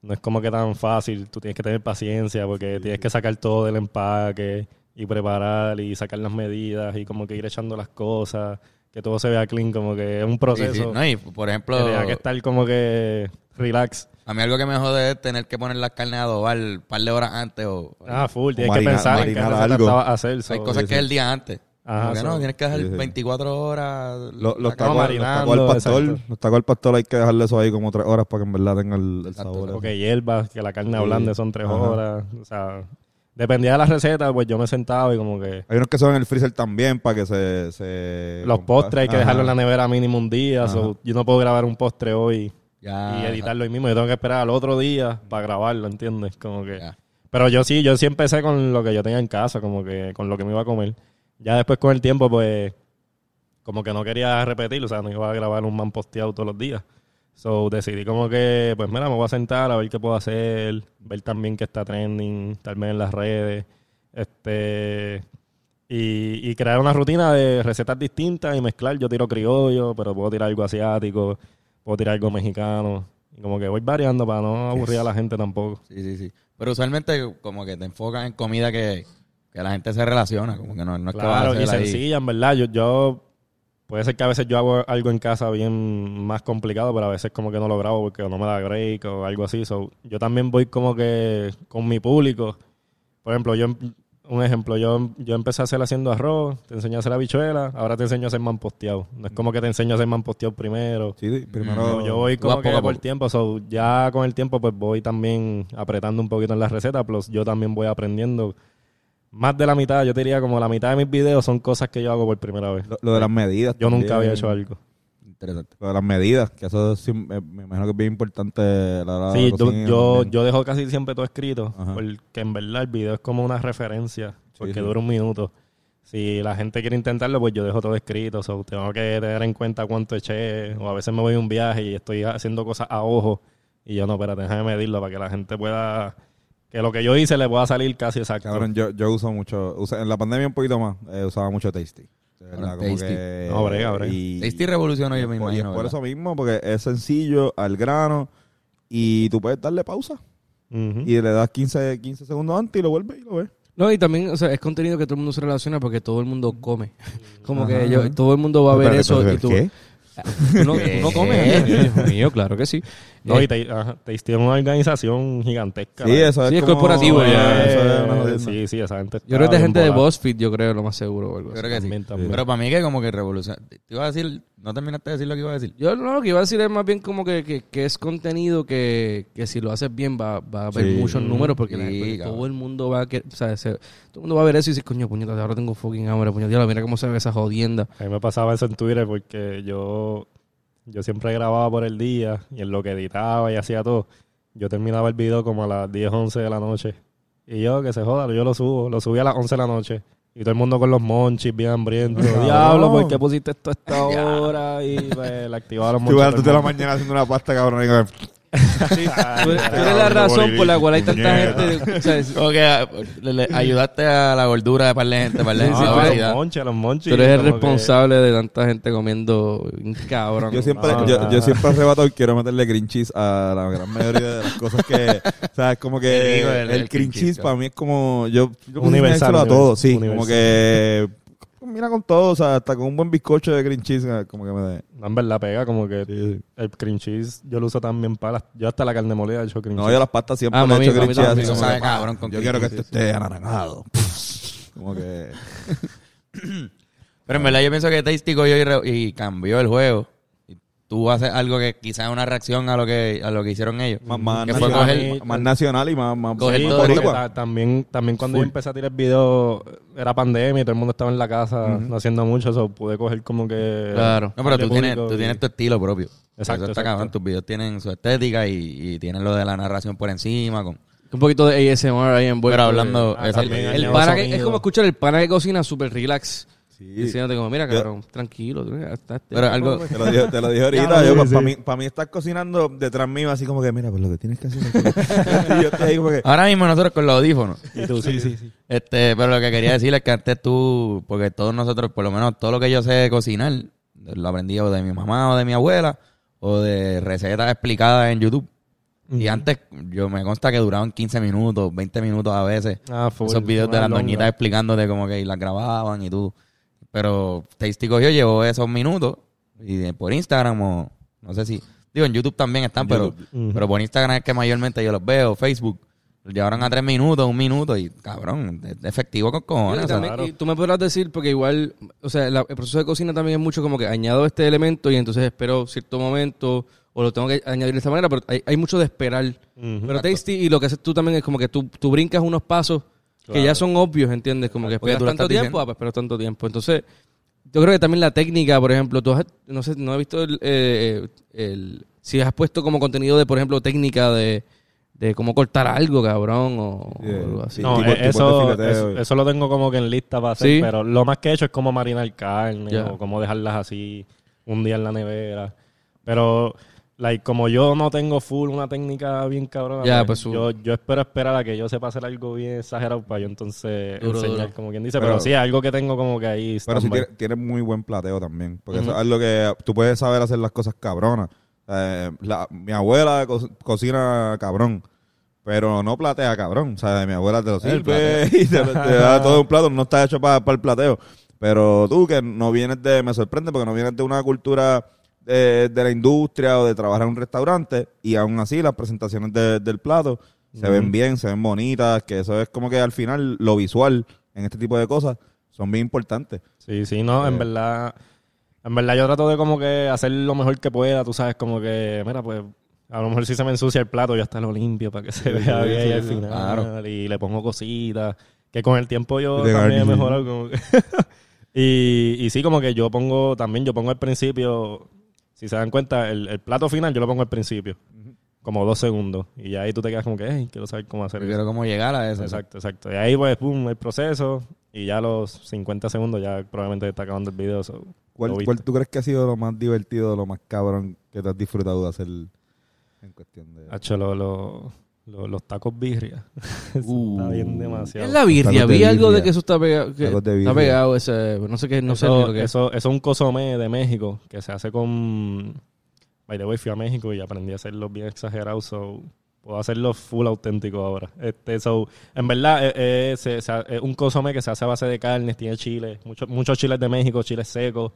[SPEAKER 3] no es como que tan fácil. Tú tienes que tener paciencia porque tienes que sacar todo del empaque y preparar y sacar las medidas y como que ir echando las cosas, que todo se vea clean, como que es un
[SPEAKER 5] Sí,
[SPEAKER 3] proceso
[SPEAKER 5] sí. No, y por
[SPEAKER 3] que
[SPEAKER 5] ejemplo,
[SPEAKER 3] tenga que estar como que relax.
[SPEAKER 5] a mí algo que me jode es tener que poner las carnes a adobar un par de horas antes o
[SPEAKER 3] Ah, full, tienes
[SPEAKER 1] marinar-
[SPEAKER 3] que pensar en qué
[SPEAKER 1] marinar
[SPEAKER 3] receta
[SPEAKER 1] algo.
[SPEAKER 3] estabas a hacer. so-
[SPEAKER 5] hay cosas que es el día antes.
[SPEAKER 3] Ajá,
[SPEAKER 5] Como que
[SPEAKER 3] so-
[SPEAKER 5] no, tienes que dejar
[SPEAKER 1] sí, sí.
[SPEAKER 5] 24 horas.
[SPEAKER 1] Lo- los, tacos, los
[SPEAKER 5] la cama.
[SPEAKER 1] tacos al
[SPEAKER 3] marinando,
[SPEAKER 1] pastor,
[SPEAKER 3] exacto.
[SPEAKER 1] los tacos al pastor hay que dejarle eso ahí como tres horas para que en verdad tenga el, el
[SPEAKER 5] Exacto,
[SPEAKER 1] sabor.
[SPEAKER 3] Ok, hierbas, que la carne
[SPEAKER 1] Sí.
[SPEAKER 3] blanda son tres
[SPEAKER 1] Ajá.
[SPEAKER 3] horas. O sea, dependía de la receta, pues yo me sentaba y como que...
[SPEAKER 1] Hay unos que son en el freezer también para que se... se
[SPEAKER 3] Los postres hay que dejarlo en la nevera mínimo un día.
[SPEAKER 1] Ajá.
[SPEAKER 3] so, yo no puedo grabar un postre hoy
[SPEAKER 5] Ya,
[SPEAKER 3] y editarlo hoy mismo. Yo tengo que esperar al otro día para grabarlo, ¿entiendes? Como que...
[SPEAKER 5] Ya.
[SPEAKER 3] Pero yo sí, yo sí empecé con lo que yo tenía en casa, como que con lo que me iba a comer. Ya después con el tiempo, pues... Como que no quería repetir, o sea, no iba a grabar un man posteado todos los días. So, decidí como que, pues mira, me voy a sentar a ver qué puedo hacer, ver también qué está trending, estarme en las redes, este, y, y crear una rutina de recetas distintas y mezclar. Yo tiro criollo, pero puedo tirar algo asiático, puedo tirar algo mexicano. Y como que voy variando para no aburrir a la gente tampoco.
[SPEAKER 5] Sí, sí, sí. Pero usualmente como que te enfocas en comida que, que la gente se relaciona. Como que no, no es que vas a
[SPEAKER 3] Claro, y
[SPEAKER 5] hacer ahí-
[SPEAKER 3] sencilla, en verdad. Yo, yo, puede ser que a veces yo hago algo en casa bien más complicado, pero a veces como que no lo grabo porque no me da break o algo así. So, yo también voy como que con mi público. Por ejemplo, yo, em- un ejemplo, yo, yo empecé a hacer haciendo arroz, te enseñé a hacer habichuela, ahora te enseño a hacer manposteado. No es como que te enseño a hacer manposteado primero.
[SPEAKER 1] Sí, sí, primero...
[SPEAKER 3] No, yo voy
[SPEAKER 5] Tú vas
[SPEAKER 3] como que
[SPEAKER 5] poco a
[SPEAKER 3] por
[SPEAKER 5] poco.
[SPEAKER 3] tiempo, so, ya con el tiempo pues voy también apretando un poquito en las recetas, plus yo también voy aprendiendo más de la mitad, yo te diría como la mitad de mis videos son cosas que yo hago por primera vez.
[SPEAKER 1] Lo, lo de las medidas.
[SPEAKER 3] Yo nunca
[SPEAKER 1] también.
[SPEAKER 3] había hecho algo.
[SPEAKER 5] Interesante.
[SPEAKER 1] Lo de las medidas, que eso sí, me, me imagino que es bien importante. a La, hora de
[SPEAKER 3] Sí,
[SPEAKER 1] la
[SPEAKER 3] yo,
[SPEAKER 1] cocina
[SPEAKER 3] yo,
[SPEAKER 1] también.
[SPEAKER 3] yo dejo casi siempre todo escrito,
[SPEAKER 1] Ajá.
[SPEAKER 3] porque en verdad el video es como una referencia, porque
[SPEAKER 1] sí.
[SPEAKER 3] dura un minuto. Si la gente quiere intentarlo, pues yo dejo todo escrito, so, tengo que tener en cuenta cuánto eché, o a veces me voy a un viaje y estoy haciendo cosas a ojo, y yo no, espérate, déjame medirlo para que la gente pueda, que lo que yo hice le pueda salir casi exacto.
[SPEAKER 1] Cabrón, yo, yo uso mucho... usa- en la pandemia un poquito más, eh, usaba mucho Tasty. De verdad,
[SPEAKER 5] Cabrón,
[SPEAKER 1] como
[SPEAKER 5] Tasty.
[SPEAKER 1] que-
[SPEAKER 3] No, brega, brega.
[SPEAKER 1] y-
[SPEAKER 5] Tasty revolucionó yo me
[SPEAKER 1] Pues, y es
[SPEAKER 5] imagino.
[SPEAKER 1] por
[SPEAKER 5] ¿verdad?
[SPEAKER 1] eso mismo, porque es sencillo, al grano, y tú puedes darle pausa.
[SPEAKER 3] Ujú.
[SPEAKER 1] Y le das 15, 15 segundos antes y lo vuelves y lo ves.
[SPEAKER 4] No, y también, o sea, es contenido que todo el mundo se relaciona porque todo el mundo come. Como que yo, todo el mundo va a ver eso. y tú, tú no, tú no comes. Dios mío, claro que sí.
[SPEAKER 3] No,
[SPEAKER 4] Eh,
[SPEAKER 3] y te, ajá, te hicieron una organización gigantesca.
[SPEAKER 1] Sí, eso es
[SPEAKER 4] Sí, es
[SPEAKER 1] como-
[SPEAKER 4] corporativo ya,
[SPEAKER 1] Eh,
[SPEAKER 3] Eh,
[SPEAKER 1] eso es una jodienda.
[SPEAKER 3] sí, sí, esa gente.
[SPEAKER 4] yo creo que es
[SPEAKER 3] está
[SPEAKER 4] de gente de
[SPEAKER 3] bien volada.
[SPEAKER 4] BuzzFeed, yo creo, lo más seguro. o algo
[SPEAKER 5] Yo
[SPEAKER 4] así.
[SPEAKER 5] creo que sí.
[SPEAKER 3] También, también.
[SPEAKER 5] Pero para mí que como que revolucionó. Te iba a decir, no terminaste de decir lo que iba a decir.
[SPEAKER 4] Yo no, lo que iba a decir es más bien como que, que, que es contenido que, que si lo haces bien va, va a haber
[SPEAKER 1] Sí.
[SPEAKER 4] muchos números porque, la-
[SPEAKER 5] Sí,
[SPEAKER 4] porque
[SPEAKER 5] cabrón.
[SPEAKER 4] todo el mundo va a que, o sea, se- todo el mundo va a ver eso y dices, coño, puñetas, ahora tengo fucking hambre, puñetas, mira cómo se ve esa jodienda.
[SPEAKER 3] A mí me pasaba eso en Twitter porque yo, yo siempre grababa por el día y en lo que editaba y hacía todo. Yo terminaba el video como a las 10, 11 de la noche Y yo, que se joda, yo lo subo. Lo subí a las 11 de la noche. Y todo el mundo con los monchis, bien hambriento.
[SPEAKER 1] Cabrón.
[SPEAKER 3] Diablo, ¿por qué pusiste esto a esta hora? Y pues, le activaron los
[SPEAKER 1] Tú
[SPEAKER 3] monchis.
[SPEAKER 1] vas a las
[SPEAKER 3] a todo el
[SPEAKER 1] tres de la
[SPEAKER 3] mundo.
[SPEAKER 1] mañana haciendo una pasta, cabrón. y-
[SPEAKER 4] Tú eres, tú eres la razón por la cual hay tanta
[SPEAKER 1] Puñeta.
[SPEAKER 4] gente. o sea, es-
[SPEAKER 5] Como que ah,
[SPEAKER 4] pues,
[SPEAKER 5] le, le ayudaste a la gordura de par de gente, par de
[SPEAKER 3] No,
[SPEAKER 5] gente,
[SPEAKER 3] pero
[SPEAKER 5] ¿verdad?
[SPEAKER 3] los monchis, los monchis.
[SPEAKER 4] tú eres el
[SPEAKER 3] como que-
[SPEAKER 4] responsable de tanta gente comiendo un cabrón.
[SPEAKER 1] Yo siempre,
[SPEAKER 3] no,
[SPEAKER 1] yo,
[SPEAKER 3] no.
[SPEAKER 1] yo siempre arrebato y quiero meterle green cheese a la gran mayoría de las cosas que. o sea, es como
[SPEAKER 5] Qué
[SPEAKER 1] que.
[SPEAKER 5] rico el-
[SPEAKER 1] el,
[SPEAKER 5] el
[SPEAKER 1] green
[SPEAKER 5] cream
[SPEAKER 1] cheese
[SPEAKER 5] cheese,
[SPEAKER 1] para mí es como. Yo, yo universal.
[SPEAKER 3] Universal,
[SPEAKER 1] a
[SPEAKER 3] universal,
[SPEAKER 1] todo, sí.
[SPEAKER 3] universal.
[SPEAKER 1] Como que. pues Mira con todo, o sea, hasta con un buen bizcocho de green cheese, eh, como que me de.
[SPEAKER 3] No, en verdad pega, como que el cream cheese yo lo uso también para las- Yo hasta la carne molida he hecho cream
[SPEAKER 1] No,
[SPEAKER 3] cheese.
[SPEAKER 1] yo las pastas siempre le
[SPEAKER 4] Ah,
[SPEAKER 1] he
[SPEAKER 4] mami,
[SPEAKER 1] hecho green
[SPEAKER 4] mami
[SPEAKER 1] cheese.
[SPEAKER 4] también.
[SPEAKER 1] así como
[SPEAKER 5] Sabe
[SPEAKER 1] que,
[SPEAKER 5] cabrón con
[SPEAKER 1] yo
[SPEAKER 5] green
[SPEAKER 1] quiero que este esto
[SPEAKER 5] cheese.
[SPEAKER 1] esté anaranjado. como que.
[SPEAKER 5] Pero en verdad yo pienso que Tasty cogió y, re- y cambió el juego. Y tú haces algo que quizás es una reacción a lo que, a lo que hicieron ellos.
[SPEAKER 1] Más, más,
[SPEAKER 5] Que fue
[SPEAKER 1] nacional,
[SPEAKER 5] coger-
[SPEAKER 1] más- más nacional y más, más,
[SPEAKER 5] coger
[SPEAKER 1] más
[SPEAKER 5] todo
[SPEAKER 3] porque
[SPEAKER 5] de
[SPEAKER 1] boricua.
[SPEAKER 3] ta- también, también cuando yo empecé a tirar videos, era pandemia y todo el mundo estaba en la casa no haciendo mucho, eso pude coger como que...
[SPEAKER 4] Claro.
[SPEAKER 5] No, pero
[SPEAKER 3] de
[SPEAKER 5] tú tienes,
[SPEAKER 3] público
[SPEAKER 5] tú
[SPEAKER 3] y-
[SPEAKER 5] tienes tu estilo propio.
[SPEAKER 3] Exacto,
[SPEAKER 5] Eso está
[SPEAKER 3] exacto.
[SPEAKER 5] cabrón. Tus videos tienen su estética y, y tienen lo de la narración por encima. Con...
[SPEAKER 4] Un poquito de ASMR ahí envuelto.
[SPEAKER 5] Pero hablando...
[SPEAKER 3] Ah,
[SPEAKER 5] esa-
[SPEAKER 3] también,
[SPEAKER 4] El
[SPEAKER 3] Nuevo
[SPEAKER 4] pana que,
[SPEAKER 3] sonido.
[SPEAKER 4] es como escuchar el pana que cocina súper relax.
[SPEAKER 1] Sí.
[SPEAKER 4] Diciéndote como, mira, cabrón, tranquilo. tú, hasta este-
[SPEAKER 5] Pero algo...
[SPEAKER 3] pues.
[SPEAKER 1] Te lo dije, te lo dije ahorita.
[SPEAKER 3] Claro,
[SPEAKER 1] yo,
[SPEAKER 3] sí,
[SPEAKER 1] para
[SPEAKER 3] sí.
[SPEAKER 1] mí, pa' mí estás cocinando detrás mío, así como que, mira, pues lo que tienes que hacer. es que-". y yo estoy ahí como que.
[SPEAKER 5] Ahora mismo nosotros con los audífonos.
[SPEAKER 3] Y tú, sí, sí, sí.
[SPEAKER 5] Este, pero lo que quería decir es que antes tú, porque todos nosotros, por lo menos todo lo que yo sé cocinar, lo aprendí o de mi mamá o de mi abuela, o de recetas explicadas en YouTube. Y antes, yo me consta que duraban 15 minutos, 20 minutos a veces.
[SPEAKER 3] Ah, full,
[SPEAKER 5] esos videos de
[SPEAKER 3] una
[SPEAKER 5] las
[SPEAKER 3] longa.
[SPEAKER 5] doñitas explicándote como que y las grababan y tú. Pero Tasty cogió, llevó esos minutos y de- por Instagram o no sé si. Digo, en YouTube también están, pero,
[SPEAKER 3] Ujú.
[SPEAKER 5] pero por Instagram es que mayormente yo los veo, Facebook. los Llevaron a tres minutos, un minuto y cabrón, de- de efectivo con cojones.
[SPEAKER 4] Y
[SPEAKER 5] o sea,
[SPEAKER 4] también- y tú me podrás decir, porque igual, o sea, la- el proceso de cocina también es mucho como que añado este elemento y entonces espero cierto momento o lo tengo que añadir de esta manera, pero hay, hay mucho de esperar.
[SPEAKER 3] Ujú.
[SPEAKER 4] Pero Tasty, y lo que haces tú también es como que tú, tú brincas unos pasos que ya son obvios, ¿entiendes? Como que
[SPEAKER 5] Porque
[SPEAKER 4] esperas
[SPEAKER 5] tú lo
[SPEAKER 4] tanto
[SPEAKER 5] estás diciendo.
[SPEAKER 4] tiempo, ah, pues espero tanto tiempo. Entonces, yo creo que también la técnica, por ejemplo, tú has, no sé, no he visto el, eh, el- si has puesto como contenido de, por ejemplo, técnica de, de cómo cortar algo, cabrón, o, o algo así.
[SPEAKER 3] No,
[SPEAKER 1] Tipo-
[SPEAKER 3] eh,
[SPEAKER 1] tipo
[SPEAKER 3] eso,
[SPEAKER 1] de fileteo.
[SPEAKER 3] eso, eso lo tengo como que en lista para hacer,
[SPEAKER 4] Sí.
[SPEAKER 3] pero lo más que he hecho es como marinar carne
[SPEAKER 4] Ya.
[SPEAKER 3] o como dejarlas así un día en la nevera. Pero, like, como yo no tengo full una técnica bien cabrona,
[SPEAKER 4] Ya,
[SPEAKER 3] pues,
[SPEAKER 4] pues,
[SPEAKER 3] yo, yo espero esperar a que yo sepa hacer algo bien exagerado para yo entonces
[SPEAKER 4] Duro,
[SPEAKER 3] enseñar,
[SPEAKER 4] duro.
[SPEAKER 3] como quien dice. Pero,
[SPEAKER 1] Pero-
[SPEAKER 3] sí, algo que tengo como que ahí.
[SPEAKER 1] Pero sí tiene,
[SPEAKER 3] standby.
[SPEAKER 1] tiene muy buen plateo también. Porque eso es lo que tú puedes saber hacer las cosas cabronas. Eh, la- mi abuela co- cocina cabrón. Pero no platea cabrón. O sea, mi abuela te lo sirve y te, lo- te da todo un plato. No está hecho para el plateo. Pero tú que no vienes de... Me sorprende porque no vienes de una cultura de, de la industria o de trabajar en un restaurante. Y aún así las presentaciones de- del plato se ven bien, se ven bonitas. Que eso es como que al final lo visual en este tipo de cosas son bien importantes.
[SPEAKER 3] Sí, sí, no, en verdad, en verdad yo trato de como que hacer lo mejor que pueda, tú sabes, como que, mira, pues, a lo mejor si se me ensucia el plato, yo hasta lo limpio para que se vea bien al final,
[SPEAKER 5] claro.
[SPEAKER 3] y le pongo cositas, que con el tiempo yo
[SPEAKER 1] De
[SPEAKER 3] también he
[SPEAKER 1] garnish.
[SPEAKER 3] mejorado como que- y, y sí, como que yo pongo, también yo pongo al principio, si se dan cuenta, el, el plato final yo lo pongo al principio, como dos segundos, y ahí tú te quedas como que, "Ey, quiero saber cómo hacer
[SPEAKER 5] yo
[SPEAKER 3] eso.
[SPEAKER 5] quiero como llegar a eso.
[SPEAKER 3] Exacto, exacto. Y ahí pues, pum, el proceso. Y ya a los 50 segundos ya probablemente está acabando el video. so, lo
[SPEAKER 1] ¿Cuál,
[SPEAKER 3] viste.
[SPEAKER 1] cuál tú crees que ha sido lo más divertido, lo más cabrón que te has disfrutado de hacer en cuestión de...
[SPEAKER 3] Hacho, lo- lo- lo- los tacos birria. Eso
[SPEAKER 4] Uh.
[SPEAKER 3] está bien demasiado.
[SPEAKER 4] Es la birria.
[SPEAKER 1] Tacos de
[SPEAKER 4] Vi algo de
[SPEAKER 1] birria.
[SPEAKER 4] que eso está pegado. que
[SPEAKER 1] Tacos de birria.
[SPEAKER 4] está pegado ese. No sé qué. No sé ni
[SPEAKER 3] eso,
[SPEAKER 4] lo que es.
[SPEAKER 3] eso, eso es un cosomé de México que se hace con... By the way, fui a México y aprendí a hacerlo bien exagerado, so puedo hacerlo full auténtico ahora. Este, so, en verdad, eh, eh, se- se ha- es un cosomé que se hace a base de carnes, tiene chiles, muchos muchos chiles de México, chiles secos,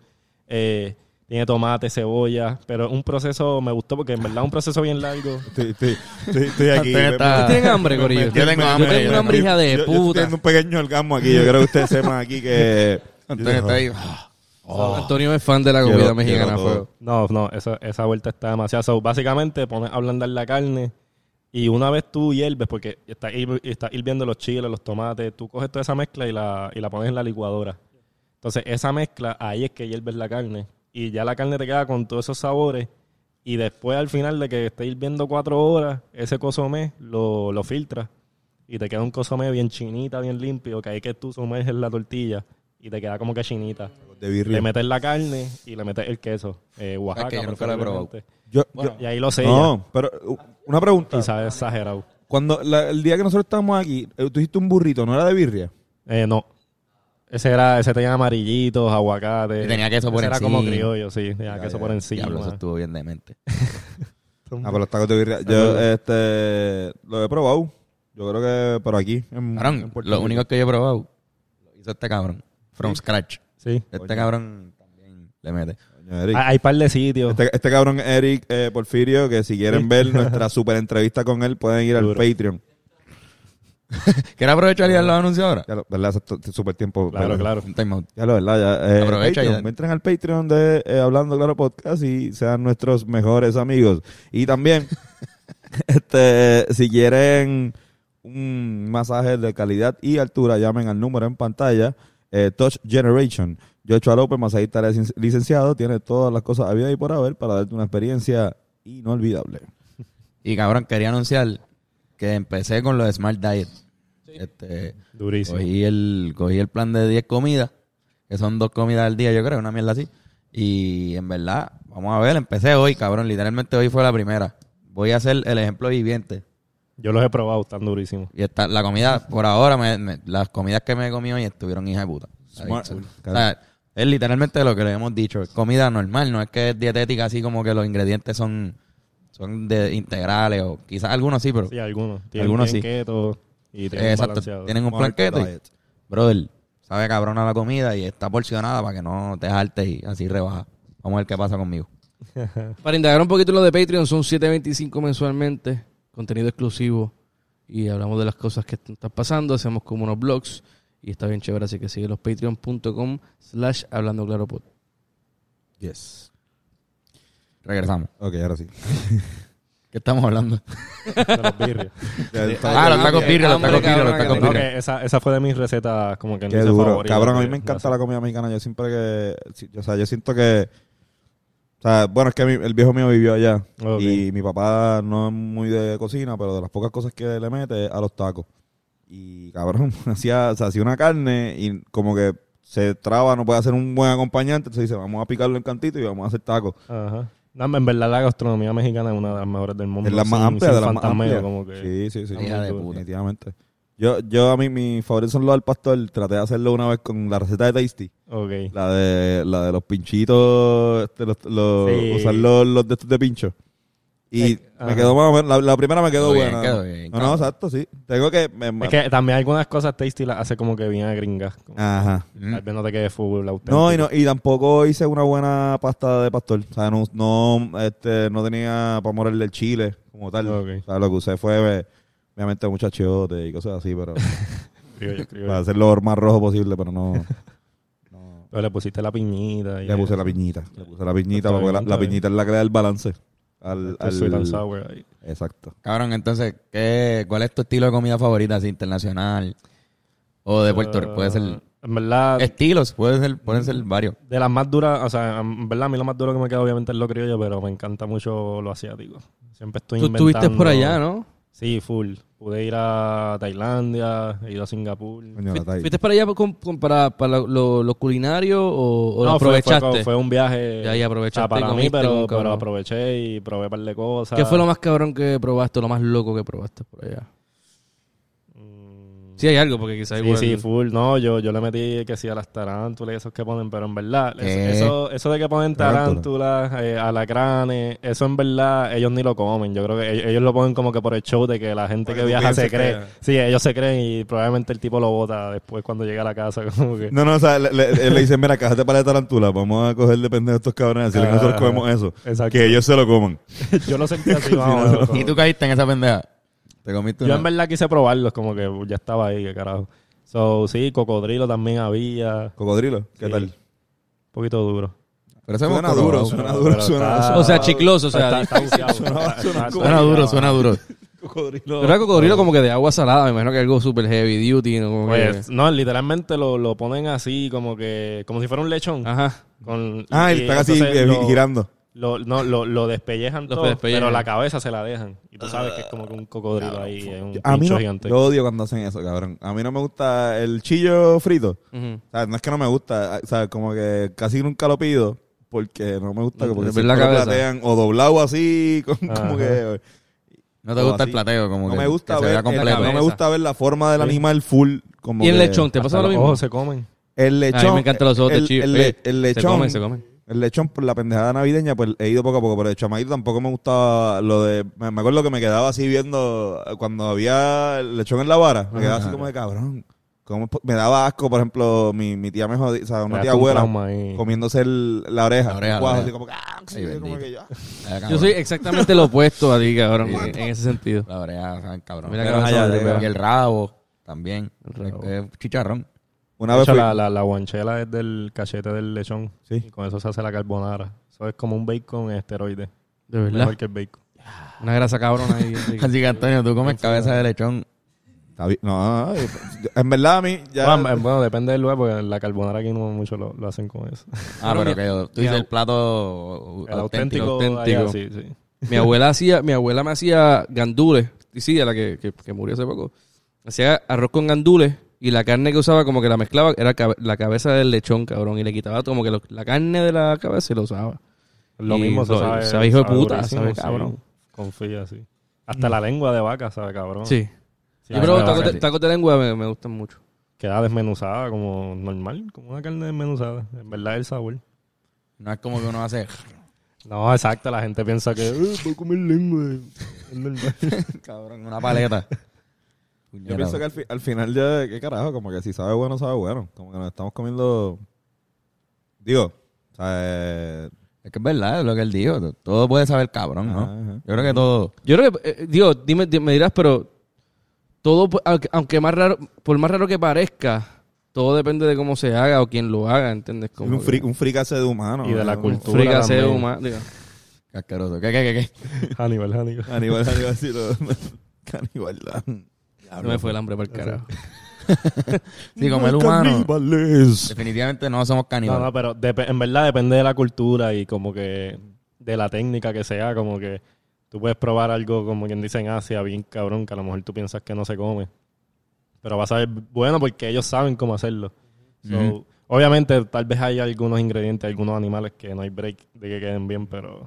[SPEAKER 3] eh, tiene tomate, cebolla, pero es un proceso, me gustó porque en verdad es un proceso bien largo.
[SPEAKER 1] Estoy, estoy- estoy- estoy aquí.
[SPEAKER 5] Usted está-
[SPEAKER 4] ¿Ustedes tienen hambre, Corillo?
[SPEAKER 5] Yo tengo hambre, yo
[SPEAKER 4] una
[SPEAKER 5] tengo
[SPEAKER 4] hambre, hija de
[SPEAKER 1] Yo- yo estoy
[SPEAKER 4] puta.
[SPEAKER 1] teniendo un pequeño orgasmo aquí. Yo creo que ustedes sepan aquí que...
[SPEAKER 5] Entonces, está ahí, ah,
[SPEAKER 4] Oh. Antonio es fan de la comida
[SPEAKER 1] Quiero-
[SPEAKER 4] mexicana.
[SPEAKER 1] quiero todo.
[SPEAKER 4] fuego.
[SPEAKER 3] No, no, esa, esa vuelta está demasiado. So, básicamente pones a ablandar la carne y una vez tú hierves, porque estás hir- estás hirviendo los chiles, los tomates, tú coges toda esa mezcla y la, y la pones en la licuadora. Entonces, esa mezcla, ahí es que hierves la carne. Y ya la carne te queda con todos esos sabores. Y después, al final de que esté hirviendo cuatro horas, ese cosomé lo, lo filtras y te queda un cosomé bien chinita, bien limpio, que hay que tú sumerges la tortilla y te queda como que chinita.
[SPEAKER 1] De
[SPEAKER 3] Le
[SPEAKER 1] birria.
[SPEAKER 3] metes la carne y le metes el queso. Eh, Oaxaca,
[SPEAKER 5] Ah, que yo nunca lo he probado.
[SPEAKER 3] preferiblemente.
[SPEAKER 1] Yo-
[SPEAKER 3] Bueno,
[SPEAKER 1] yo-
[SPEAKER 3] y ahí lo sé.
[SPEAKER 1] no, pero uh, una pregunta.
[SPEAKER 3] Y sabe exagerado.
[SPEAKER 1] Cuando la- el día que nosotros estábamos aquí, eh, tú hiciste un burrito, ¿no era de birria?
[SPEAKER 3] Eh, no. Ese era, ese tenía amarillitos, aguacate.
[SPEAKER 5] Y tenía queso por
[SPEAKER 3] Ese
[SPEAKER 5] encima.
[SPEAKER 3] Era como criollo, sí. Tenía
[SPEAKER 5] Ya,
[SPEAKER 3] queso
[SPEAKER 5] ya,
[SPEAKER 3] por
[SPEAKER 5] ya.
[SPEAKER 3] encima.
[SPEAKER 5] Diablo, eso estuvo bien demente.
[SPEAKER 1] Ah, pero los tacos de birria. Yo, este, lo he probado. Yo creo que, pero aquí. En, en
[SPEAKER 5] Cabrón,
[SPEAKER 1] Puerto
[SPEAKER 5] lo
[SPEAKER 1] Rico.
[SPEAKER 5] único que yo he probado lo hizo este cabrón. From scratch.
[SPEAKER 3] Sí.
[SPEAKER 5] Este cabrón también le mete.
[SPEAKER 1] Coño, Eric.
[SPEAKER 3] Ah, Hay par de sitios.
[SPEAKER 1] Este, este cabrón Eric eh, Porfirio, que si quieren ver nuestra super entrevista con él, pueden ir al
[SPEAKER 3] Duro.
[SPEAKER 1] Patreon.
[SPEAKER 5] ¿Quieres aprovechar y dar los anuncios ahora?
[SPEAKER 1] Ya lo- ¿Verdad? Eso es to- super tiempo.
[SPEAKER 3] Claro,
[SPEAKER 1] ¿verdad?
[SPEAKER 3] claro.
[SPEAKER 5] Un time out.
[SPEAKER 1] Ya lo, ¿verdad? Ya, eh,
[SPEAKER 5] Aprovecha y
[SPEAKER 1] Patreon.
[SPEAKER 5] dale.
[SPEAKER 1] Entren al Patreon de eh, Hablando Claro Podcast y sean nuestros mejores amigos. Y también, este, si quieren un masaje de calidad y altura, llamen al número en pantalla, eh, Touch Generation. Joshua López, masajista licen- licenciado, tiene todas las cosas habidas y por haber para darte una experiencia inolvidable.
[SPEAKER 5] Y cabrón, quería anunciar que empecé con los Smart Diet. Este,
[SPEAKER 3] Durísimo.
[SPEAKER 5] cogí, el, cogí el plan de 10 comidas, que son dos comidas al día, yo creo, una mierda así. Y en verdad, vamos a ver, empecé hoy, cabrón. Literalmente hoy fue la primera. Voy a hacer el ejemplo viviente.
[SPEAKER 3] Yo los he probado, están durísimos.
[SPEAKER 5] Y está, la comida, por ahora, me- me- las comidas que me comí hoy estuvieron hija de puta.
[SPEAKER 1] Smart.
[SPEAKER 5] O sea, es literalmente lo que le hemos dicho. Es comida normal, no es que es dietética, así como que los ingredientes son, son de integrales o quizás algunos sí, pero
[SPEAKER 3] Sí, algunos. Tienen
[SPEAKER 5] Algunos
[SPEAKER 3] bien
[SPEAKER 5] sí.
[SPEAKER 3] keto y tienen
[SPEAKER 5] eh, exacto,
[SPEAKER 3] balanceado.
[SPEAKER 5] tienen un
[SPEAKER 1] Smart
[SPEAKER 5] planquete.
[SPEAKER 1] diet.
[SPEAKER 5] Brother, sabe cabrona la comida y está porcionada para que no te jaltes y así rebaja. Vamos a ver qué pasa conmigo.
[SPEAKER 4] Para indagar un poquito lo de Patreon, son 7.25 mensualmente, contenido exclusivo y hablamos de las cosas que están pasando, hacemos como unos blogs y está bien chévere, así que sigue los patreon.com slash hablando claro pod.
[SPEAKER 1] Yes.
[SPEAKER 5] Regresamos.
[SPEAKER 1] Ok, ahora sí.
[SPEAKER 5] ¿Qué estamos hablando?
[SPEAKER 3] De los birrios.
[SPEAKER 1] Ya está-
[SPEAKER 5] Ah, los tacos
[SPEAKER 4] hambre,
[SPEAKER 5] birria, los
[SPEAKER 4] hambre,
[SPEAKER 5] tacos birria, los
[SPEAKER 4] cabrón,
[SPEAKER 5] tacos
[SPEAKER 4] que
[SPEAKER 3] Creo
[SPEAKER 5] birria.
[SPEAKER 3] que esa, esa fue de mis recetas como que
[SPEAKER 1] Qué
[SPEAKER 3] dulce
[SPEAKER 1] duro.
[SPEAKER 3] favorita.
[SPEAKER 1] Cabrón, a mí me encanta la comida mexicana. Yo siempre que. si- O sea, yo siento que. O sea, bueno, es que mi- el viejo mío vivió allá.
[SPEAKER 3] Ok.
[SPEAKER 1] Y mi papá no es muy de cocina, pero de las pocas cosas que le mete es a los tacos. Y cabrón, hacía, o sea, hacía una carne y como que se traba, no puede hacer un buen acompañante. Entonces dice, vamos a picarlo en cantito y vamos a hacer tacos.
[SPEAKER 3] Ajá. No, en verdad la gastronomía mexicana es una de las mejores del mundo.
[SPEAKER 1] Es la más
[SPEAKER 3] sin-
[SPEAKER 1] amplia
[SPEAKER 3] sin
[SPEAKER 1] de las más
[SPEAKER 3] fantasmeo,
[SPEAKER 1] amplias.
[SPEAKER 3] como que-
[SPEAKER 1] Sí, sí, sí.
[SPEAKER 5] Hija de
[SPEAKER 1] Muy duro,
[SPEAKER 5] puta.
[SPEAKER 1] Definitivamente. Yo, yo a mí, mis favoritos son los al pastor. Traté de hacerlo una vez con la receta de Tasty.
[SPEAKER 3] Ok.
[SPEAKER 1] La de, la de los pinchitos, este, los, los-
[SPEAKER 3] Sí.
[SPEAKER 1] usar los, los de estos de pincho. Y
[SPEAKER 3] Eh,
[SPEAKER 1] me
[SPEAKER 3] ajá.
[SPEAKER 1] quedó más o menos, la, la primera me quedó
[SPEAKER 5] Quedó bien,
[SPEAKER 1] buena.
[SPEAKER 5] quedó bien,
[SPEAKER 1] no, no, exacto, sí. Tengo que... me-
[SPEAKER 3] Es que también algunas cosas tasty las hace como que bien a gringas. como-
[SPEAKER 1] Ajá.
[SPEAKER 3] Tal vez no te quede full auténtico.
[SPEAKER 1] Mm. No y, no, y tampoco hice una buena pasta de pastor. O sea, no, no, este, no tenía para morarle el chile como tal.
[SPEAKER 3] Ok.
[SPEAKER 1] O sea, lo que usé fue, eh, obviamente, muchachote y cosas así, pero
[SPEAKER 3] Criollo, criollo.
[SPEAKER 1] para hacerlo lo más rojo posible, pero no... no.
[SPEAKER 3] Pero le pusiste la piñita. y
[SPEAKER 1] Le puse
[SPEAKER 3] eso.
[SPEAKER 1] la piñita. Le puse la piñita,
[SPEAKER 3] Está
[SPEAKER 1] porque
[SPEAKER 3] bien,
[SPEAKER 1] la,
[SPEAKER 3] está
[SPEAKER 1] la
[SPEAKER 3] bien.
[SPEAKER 1] piñita es la que le da el balance. Al,
[SPEAKER 3] Este sweet and
[SPEAKER 1] al-
[SPEAKER 3] sour ahí.
[SPEAKER 1] Exacto.
[SPEAKER 5] Cabrón, entonces, ¿qué, ¿cuál es tu estilo de comida favorita? ¿Así internacional? ¿O de Puerto Rico? Puede ser...
[SPEAKER 3] Ah, En verdad,
[SPEAKER 5] Estilos, puede ser, pueden ser varios.
[SPEAKER 3] de las más duras, o sea, en verdad a mí lo más duro que me queda obviamente es lo criollo, pero me encanta mucho lo asiático. Siempre estoy
[SPEAKER 4] Tú
[SPEAKER 3] inventando.
[SPEAKER 4] estuviste por allá, ¿no?
[SPEAKER 3] Sí, full. Pude ir a Tailandia, he ido a Singapur.
[SPEAKER 1] Coño, la
[SPEAKER 4] Fui-
[SPEAKER 1] tai-
[SPEAKER 4] ¿Fuiste para allá con- con- para, para lo, lo culinario o, o
[SPEAKER 3] No, fue-
[SPEAKER 4] Pues aprovechaste?
[SPEAKER 3] Fue, fue un viaje.
[SPEAKER 4] Ya, ya, aprovechaste
[SPEAKER 3] o sea, para
[SPEAKER 4] y comiste
[SPEAKER 3] mí, pero,
[SPEAKER 4] con
[SPEAKER 3] pero
[SPEAKER 4] cabrón.
[SPEAKER 3] aproveché y probé un par de cosas.
[SPEAKER 4] ¿Qué fue lo más cabrón que probaste, lo más loco que probaste por allá?
[SPEAKER 3] Mm,
[SPEAKER 4] Sí hay algo, porque quizás
[SPEAKER 3] Sí,
[SPEAKER 4] igual...
[SPEAKER 3] sí, full. No, yo, yo le metí que sí a las tarántulas y esos que ponen, pero en verdad,
[SPEAKER 5] ¿Qué?
[SPEAKER 3] es- eso, eso de que ponen
[SPEAKER 1] Tarántulas.
[SPEAKER 3] tarántulas, eh, alacranes, eso en verdad ellos ni lo comen. Yo creo que e-, ellos, ellos lo ponen como que por el show de que la gente
[SPEAKER 1] Porque
[SPEAKER 3] que
[SPEAKER 1] tú
[SPEAKER 3] viaja se
[SPEAKER 1] piensas
[SPEAKER 3] cree.
[SPEAKER 1] que-
[SPEAKER 3] Sí, ellos se creen y probablemente el tipo lo bota después cuando llega a la casa. Como que...
[SPEAKER 1] No, no, o sea, le, le, le dicen, mira, cajate para de tarantula, vamos a coger de pendejo a estos cabrones, así que nosotros
[SPEAKER 3] Ah,
[SPEAKER 1] comemos eso.
[SPEAKER 3] exacto.
[SPEAKER 1] Que ellos se lo coman.
[SPEAKER 3] yo lo sentí así. vamos, como-
[SPEAKER 5] ¿Y tú caíste en esa pendeja? ¿Te comiste
[SPEAKER 3] Yo
[SPEAKER 5] una?
[SPEAKER 3] en verdad quise probarlos, como que ya estaba ahí, que carajo. So, sí, cocodrilo también había.
[SPEAKER 1] Cocodrilo, ¿qué
[SPEAKER 3] Sí.
[SPEAKER 1] tal?
[SPEAKER 3] Un poquito duro.
[SPEAKER 5] Pero eso hemos
[SPEAKER 1] Suena
[SPEAKER 5] probado.
[SPEAKER 1] duro, suena duro,
[SPEAKER 3] Pero
[SPEAKER 1] suena
[SPEAKER 3] está-
[SPEAKER 1] duro.
[SPEAKER 4] O sea, chicloso, o
[SPEAKER 3] Está-
[SPEAKER 4] sea...
[SPEAKER 3] está buceado. Está- está-
[SPEAKER 5] Suena duro, suena duro.
[SPEAKER 1] Cocodrilo.
[SPEAKER 4] Pero era cocodrilo como que de agua salada, me imagino que algo super heavy duty, ¿no? Como que-
[SPEAKER 3] Pues, no, literalmente lo, lo ponen así, como que... Como si fuera un lechón.
[SPEAKER 4] Ajá.
[SPEAKER 3] Con,
[SPEAKER 1] Ah, y
[SPEAKER 3] y
[SPEAKER 1] están así
[SPEAKER 3] entonces
[SPEAKER 1] eh,
[SPEAKER 3] lo-
[SPEAKER 1] girando.
[SPEAKER 3] Lo, no, lo, lo despellejan
[SPEAKER 4] Lo
[SPEAKER 3] todo,
[SPEAKER 4] despellejan.
[SPEAKER 3] pero la cabeza se la dejan. Y tú sabes que es como que un cocodrilo ahí, es un
[SPEAKER 1] Ah, A mí
[SPEAKER 3] bicho
[SPEAKER 1] no,
[SPEAKER 3] gigante.
[SPEAKER 1] yo odio cuando hacen eso, cabrón. A mí no me gusta el chillo frito.
[SPEAKER 4] Ujú.
[SPEAKER 1] O sea, no es que no me gusta, o sea, como que casi nunca lo pido porque no me gusta que
[SPEAKER 4] Te
[SPEAKER 1] porque
[SPEAKER 4] ves
[SPEAKER 1] siempre
[SPEAKER 4] la
[SPEAKER 1] lo
[SPEAKER 4] cabeza.
[SPEAKER 1] platean o doblado así, con- como
[SPEAKER 3] Ajá.
[SPEAKER 1] que
[SPEAKER 5] No te
[SPEAKER 1] O
[SPEAKER 5] gusta
[SPEAKER 1] así.
[SPEAKER 5] el plateo, como
[SPEAKER 1] no
[SPEAKER 5] que,
[SPEAKER 1] me gusta
[SPEAKER 5] que se
[SPEAKER 1] ver
[SPEAKER 5] vea
[SPEAKER 1] el-
[SPEAKER 5] completo.
[SPEAKER 1] no me gusta ver la forma del
[SPEAKER 3] Sí.
[SPEAKER 1] animal full como
[SPEAKER 4] Y el
[SPEAKER 1] que-
[SPEAKER 4] lechón, ¿te
[SPEAKER 3] Hasta
[SPEAKER 4] pasa lo
[SPEAKER 3] los
[SPEAKER 4] mismo?
[SPEAKER 3] ojos se comen.
[SPEAKER 1] El
[SPEAKER 4] A
[SPEAKER 1] lechón.
[SPEAKER 4] mí me encantan los ojos
[SPEAKER 1] el,
[SPEAKER 4] de chivo.
[SPEAKER 1] el
[SPEAKER 4] Eh,
[SPEAKER 1] le- el
[SPEAKER 4] Se
[SPEAKER 1] lechón.
[SPEAKER 4] comen, se comen.
[SPEAKER 1] El lechón por la pendejada navideña, pues he ido poco a poco, pero de chamaquito tampoco me gustaba lo de. Me, me acuerdo que me quedaba así viendo eh, cuando había el lechón en la vara, me quedaba así como de cabrón. ¿Cómo es po- me daba asco, por ejemplo, mi, mi tía me jodía, o sea, una
[SPEAKER 3] Creaste
[SPEAKER 1] tía
[SPEAKER 3] un
[SPEAKER 1] abuela
[SPEAKER 3] trauma ahí.
[SPEAKER 1] comiéndose el- la oreja.
[SPEAKER 5] La oreja,
[SPEAKER 1] un cuajo,
[SPEAKER 5] la
[SPEAKER 1] así
[SPEAKER 5] oreja.
[SPEAKER 1] como que, ah, sí,
[SPEAKER 5] Ay,
[SPEAKER 1] como que
[SPEAKER 5] bendito.
[SPEAKER 1] yo-
[SPEAKER 5] Ah, cabrón.
[SPEAKER 4] Yo soy exactamente lo opuesto a ti, cabrón, en en ese sentido.
[SPEAKER 5] La oreja, ah, cabrón.
[SPEAKER 4] Mira que no me
[SPEAKER 1] ya,
[SPEAKER 4] sorprende,
[SPEAKER 1] ya,
[SPEAKER 4] pero-
[SPEAKER 5] Y el rabo también.
[SPEAKER 4] rabo.
[SPEAKER 5] Este, chicharrón.
[SPEAKER 1] Una
[SPEAKER 3] De
[SPEAKER 1] vez
[SPEAKER 3] hecho,
[SPEAKER 1] Ah, pues fui-
[SPEAKER 3] la, la, la guanchela es del cachete del lechón.
[SPEAKER 1] Sí.
[SPEAKER 3] Y con eso se hace la carbonara. Eso es como un bacon en esteroide.
[SPEAKER 4] De verdad.
[SPEAKER 3] Mejor que el bacon.
[SPEAKER 4] Una grasa cabrona ahí. bien rica.
[SPEAKER 5] Así que, Antonio, tú comes cabeza de lechón.
[SPEAKER 1] Está bien. No, no, no, en verdad a mí ya.
[SPEAKER 3] Bueno,
[SPEAKER 5] em,
[SPEAKER 3] eh, bueno, depende del lugar, porque la carbonara aquí no mucho lo, lo hacen con eso.
[SPEAKER 5] Ah,
[SPEAKER 4] Cabrón,
[SPEAKER 5] pero que tú dices el plato
[SPEAKER 3] El
[SPEAKER 5] auténtico.
[SPEAKER 3] auténtico.
[SPEAKER 4] auténtico.
[SPEAKER 3] allá, sí, sí.
[SPEAKER 4] mi abuela hacía, mi abuela me hacía gandules, y sí, a la que, que, que murió hace poco. Hacía arroz con gandules y la carne que usaba como que la mezclaba era cabe- la cabeza del lechón, cabrón, y le quitaba como que lo- la carne de la cabeza y lo usaba.
[SPEAKER 3] Lo
[SPEAKER 4] Y
[SPEAKER 3] mismo
[SPEAKER 4] lo-
[SPEAKER 3] se sabe.
[SPEAKER 4] sabe hijo de puta,
[SPEAKER 3] durísimo,
[SPEAKER 4] sabe
[SPEAKER 3] sí.
[SPEAKER 4] cabrón.
[SPEAKER 3] Confía, sí. Hasta la lengua de vaca sabe cabrón.
[SPEAKER 4] Sí.
[SPEAKER 3] Sí,
[SPEAKER 4] Yo creo
[SPEAKER 3] la
[SPEAKER 4] que los tacos
[SPEAKER 3] vaca
[SPEAKER 4] de- tacos de lengua me, me gustan mucho.
[SPEAKER 3] Queda desmenuzada como normal, como una carne desmenuzada. En verdad el sabor.
[SPEAKER 5] No es como que uno hace.
[SPEAKER 3] No, exacto. La gente piensa que, eh, voy a comer lengua. Es normal.
[SPEAKER 5] cabrón, una paleta.
[SPEAKER 1] Yo pienso que al, fi- al final ya, ¿qué carajo? Como que si sabe bueno, sabe bueno. Como que nos estamos comiendo. Digo, o sea, eh,
[SPEAKER 5] Es que es verdad, es lo que él dijo. Todo puede saber cabrón, ¿no?
[SPEAKER 1] Ajá, ajá.
[SPEAKER 5] Yo creo que todo.
[SPEAKER 4] Yo creo que, eh, digo, dime, di- me dirás, pero todo, pu- aunque- aunque más raro, por más raro que parezca, todo depende de cómo se haga o quién lo haga, ¿entiendes? Como
[SPEAKER 1] un
[SPEAKER 4] que-
[SPEAKER 1] freak, un freak hace de humano.
[SPEAKER 3] Y de la
[SPEAKER 1] ¿no?
[SPEAKER 3] cultura.
[SPEAKER 4] fricaseo
[SPEAKER 3] también.
[SPEAKER 4] humano, digo.
[SPEAKER 5] Qué asqueroso. ¿Qué, qué, qué? qué?
[SPEAKER 3] Hannibal, Hannibal.
[SPEAKER 1] Caníbal, caníbal, sí, lo- caníbal.
[SPEAKER 5] Ah,
[SPEAKER 4] Se me fue el hambre para el carajo.
[SPEAKER 5] Sí, como el humano. Definitivamente no somos
[SPEAKER 3] No,
[SPEAKER 5] caníbales.
[SPEAKER 3] no, pero depe- en verdad depende de la cultura y como que de la técnica que sea, como que tú puedes probar algo como quien dice en Asia, bien cabrón, que a lo mejor tú piensas que no se come. Pero vas a ver bueno porque ellos saben cómo hacerlo. So,
[SPEAKER 5] Ujú.
[SPEAKER 3] Obviamente, tal vez hay algunos ingredientes, algunos animales que no hay break de que queden bien, pero,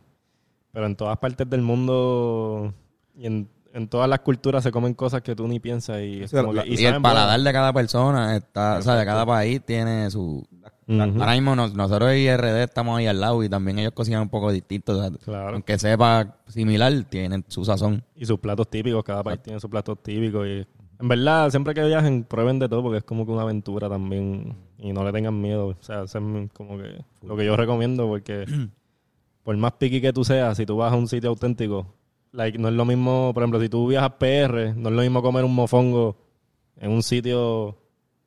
[SPEAKER 3] pero en todas partes del mundo y en, en todas las culturas se comen cosas que tú ni piensas y, es
[SPEAKER 1] Sí,
[SPEAKER 3] como
[SPEAKER 1] la-
[SPEAKER 3] que-
[SPEAKER 5] y
[SPEAKER 3] saben
[SPEAKER 5] el paladar
[SPEAKER 3] bueno.
[SPEAKER 5] de cada persona está, o sea, de cada país tiene su.
[SPEAKER 3] Ujú.
[SPEAKER 5] Ahora mismo nos- nosotros y RD estamos ahí al lado y también ellos cocinan un poco distinto. o sea,
[SPEAKER 3] Claro.
[SPEAKER 5] Aunque sepa similar, tienen su sazón.
[SPEAKER 3] Y sus platos típicos, cada país tiene sus platos típicos. Y en verdad, siempre que viajen, prueben de todo porque es como que una aventura también. Y no le tengan miedo. O sea, eso es mi- como que lo que yo recomiendo porque por más piqui que tú seas, si tú vas a un sitio auténtico, like, no es lo mismo, por ejemplo, si tú viajas PR, no es lo mismo comer un mofongo en un sitio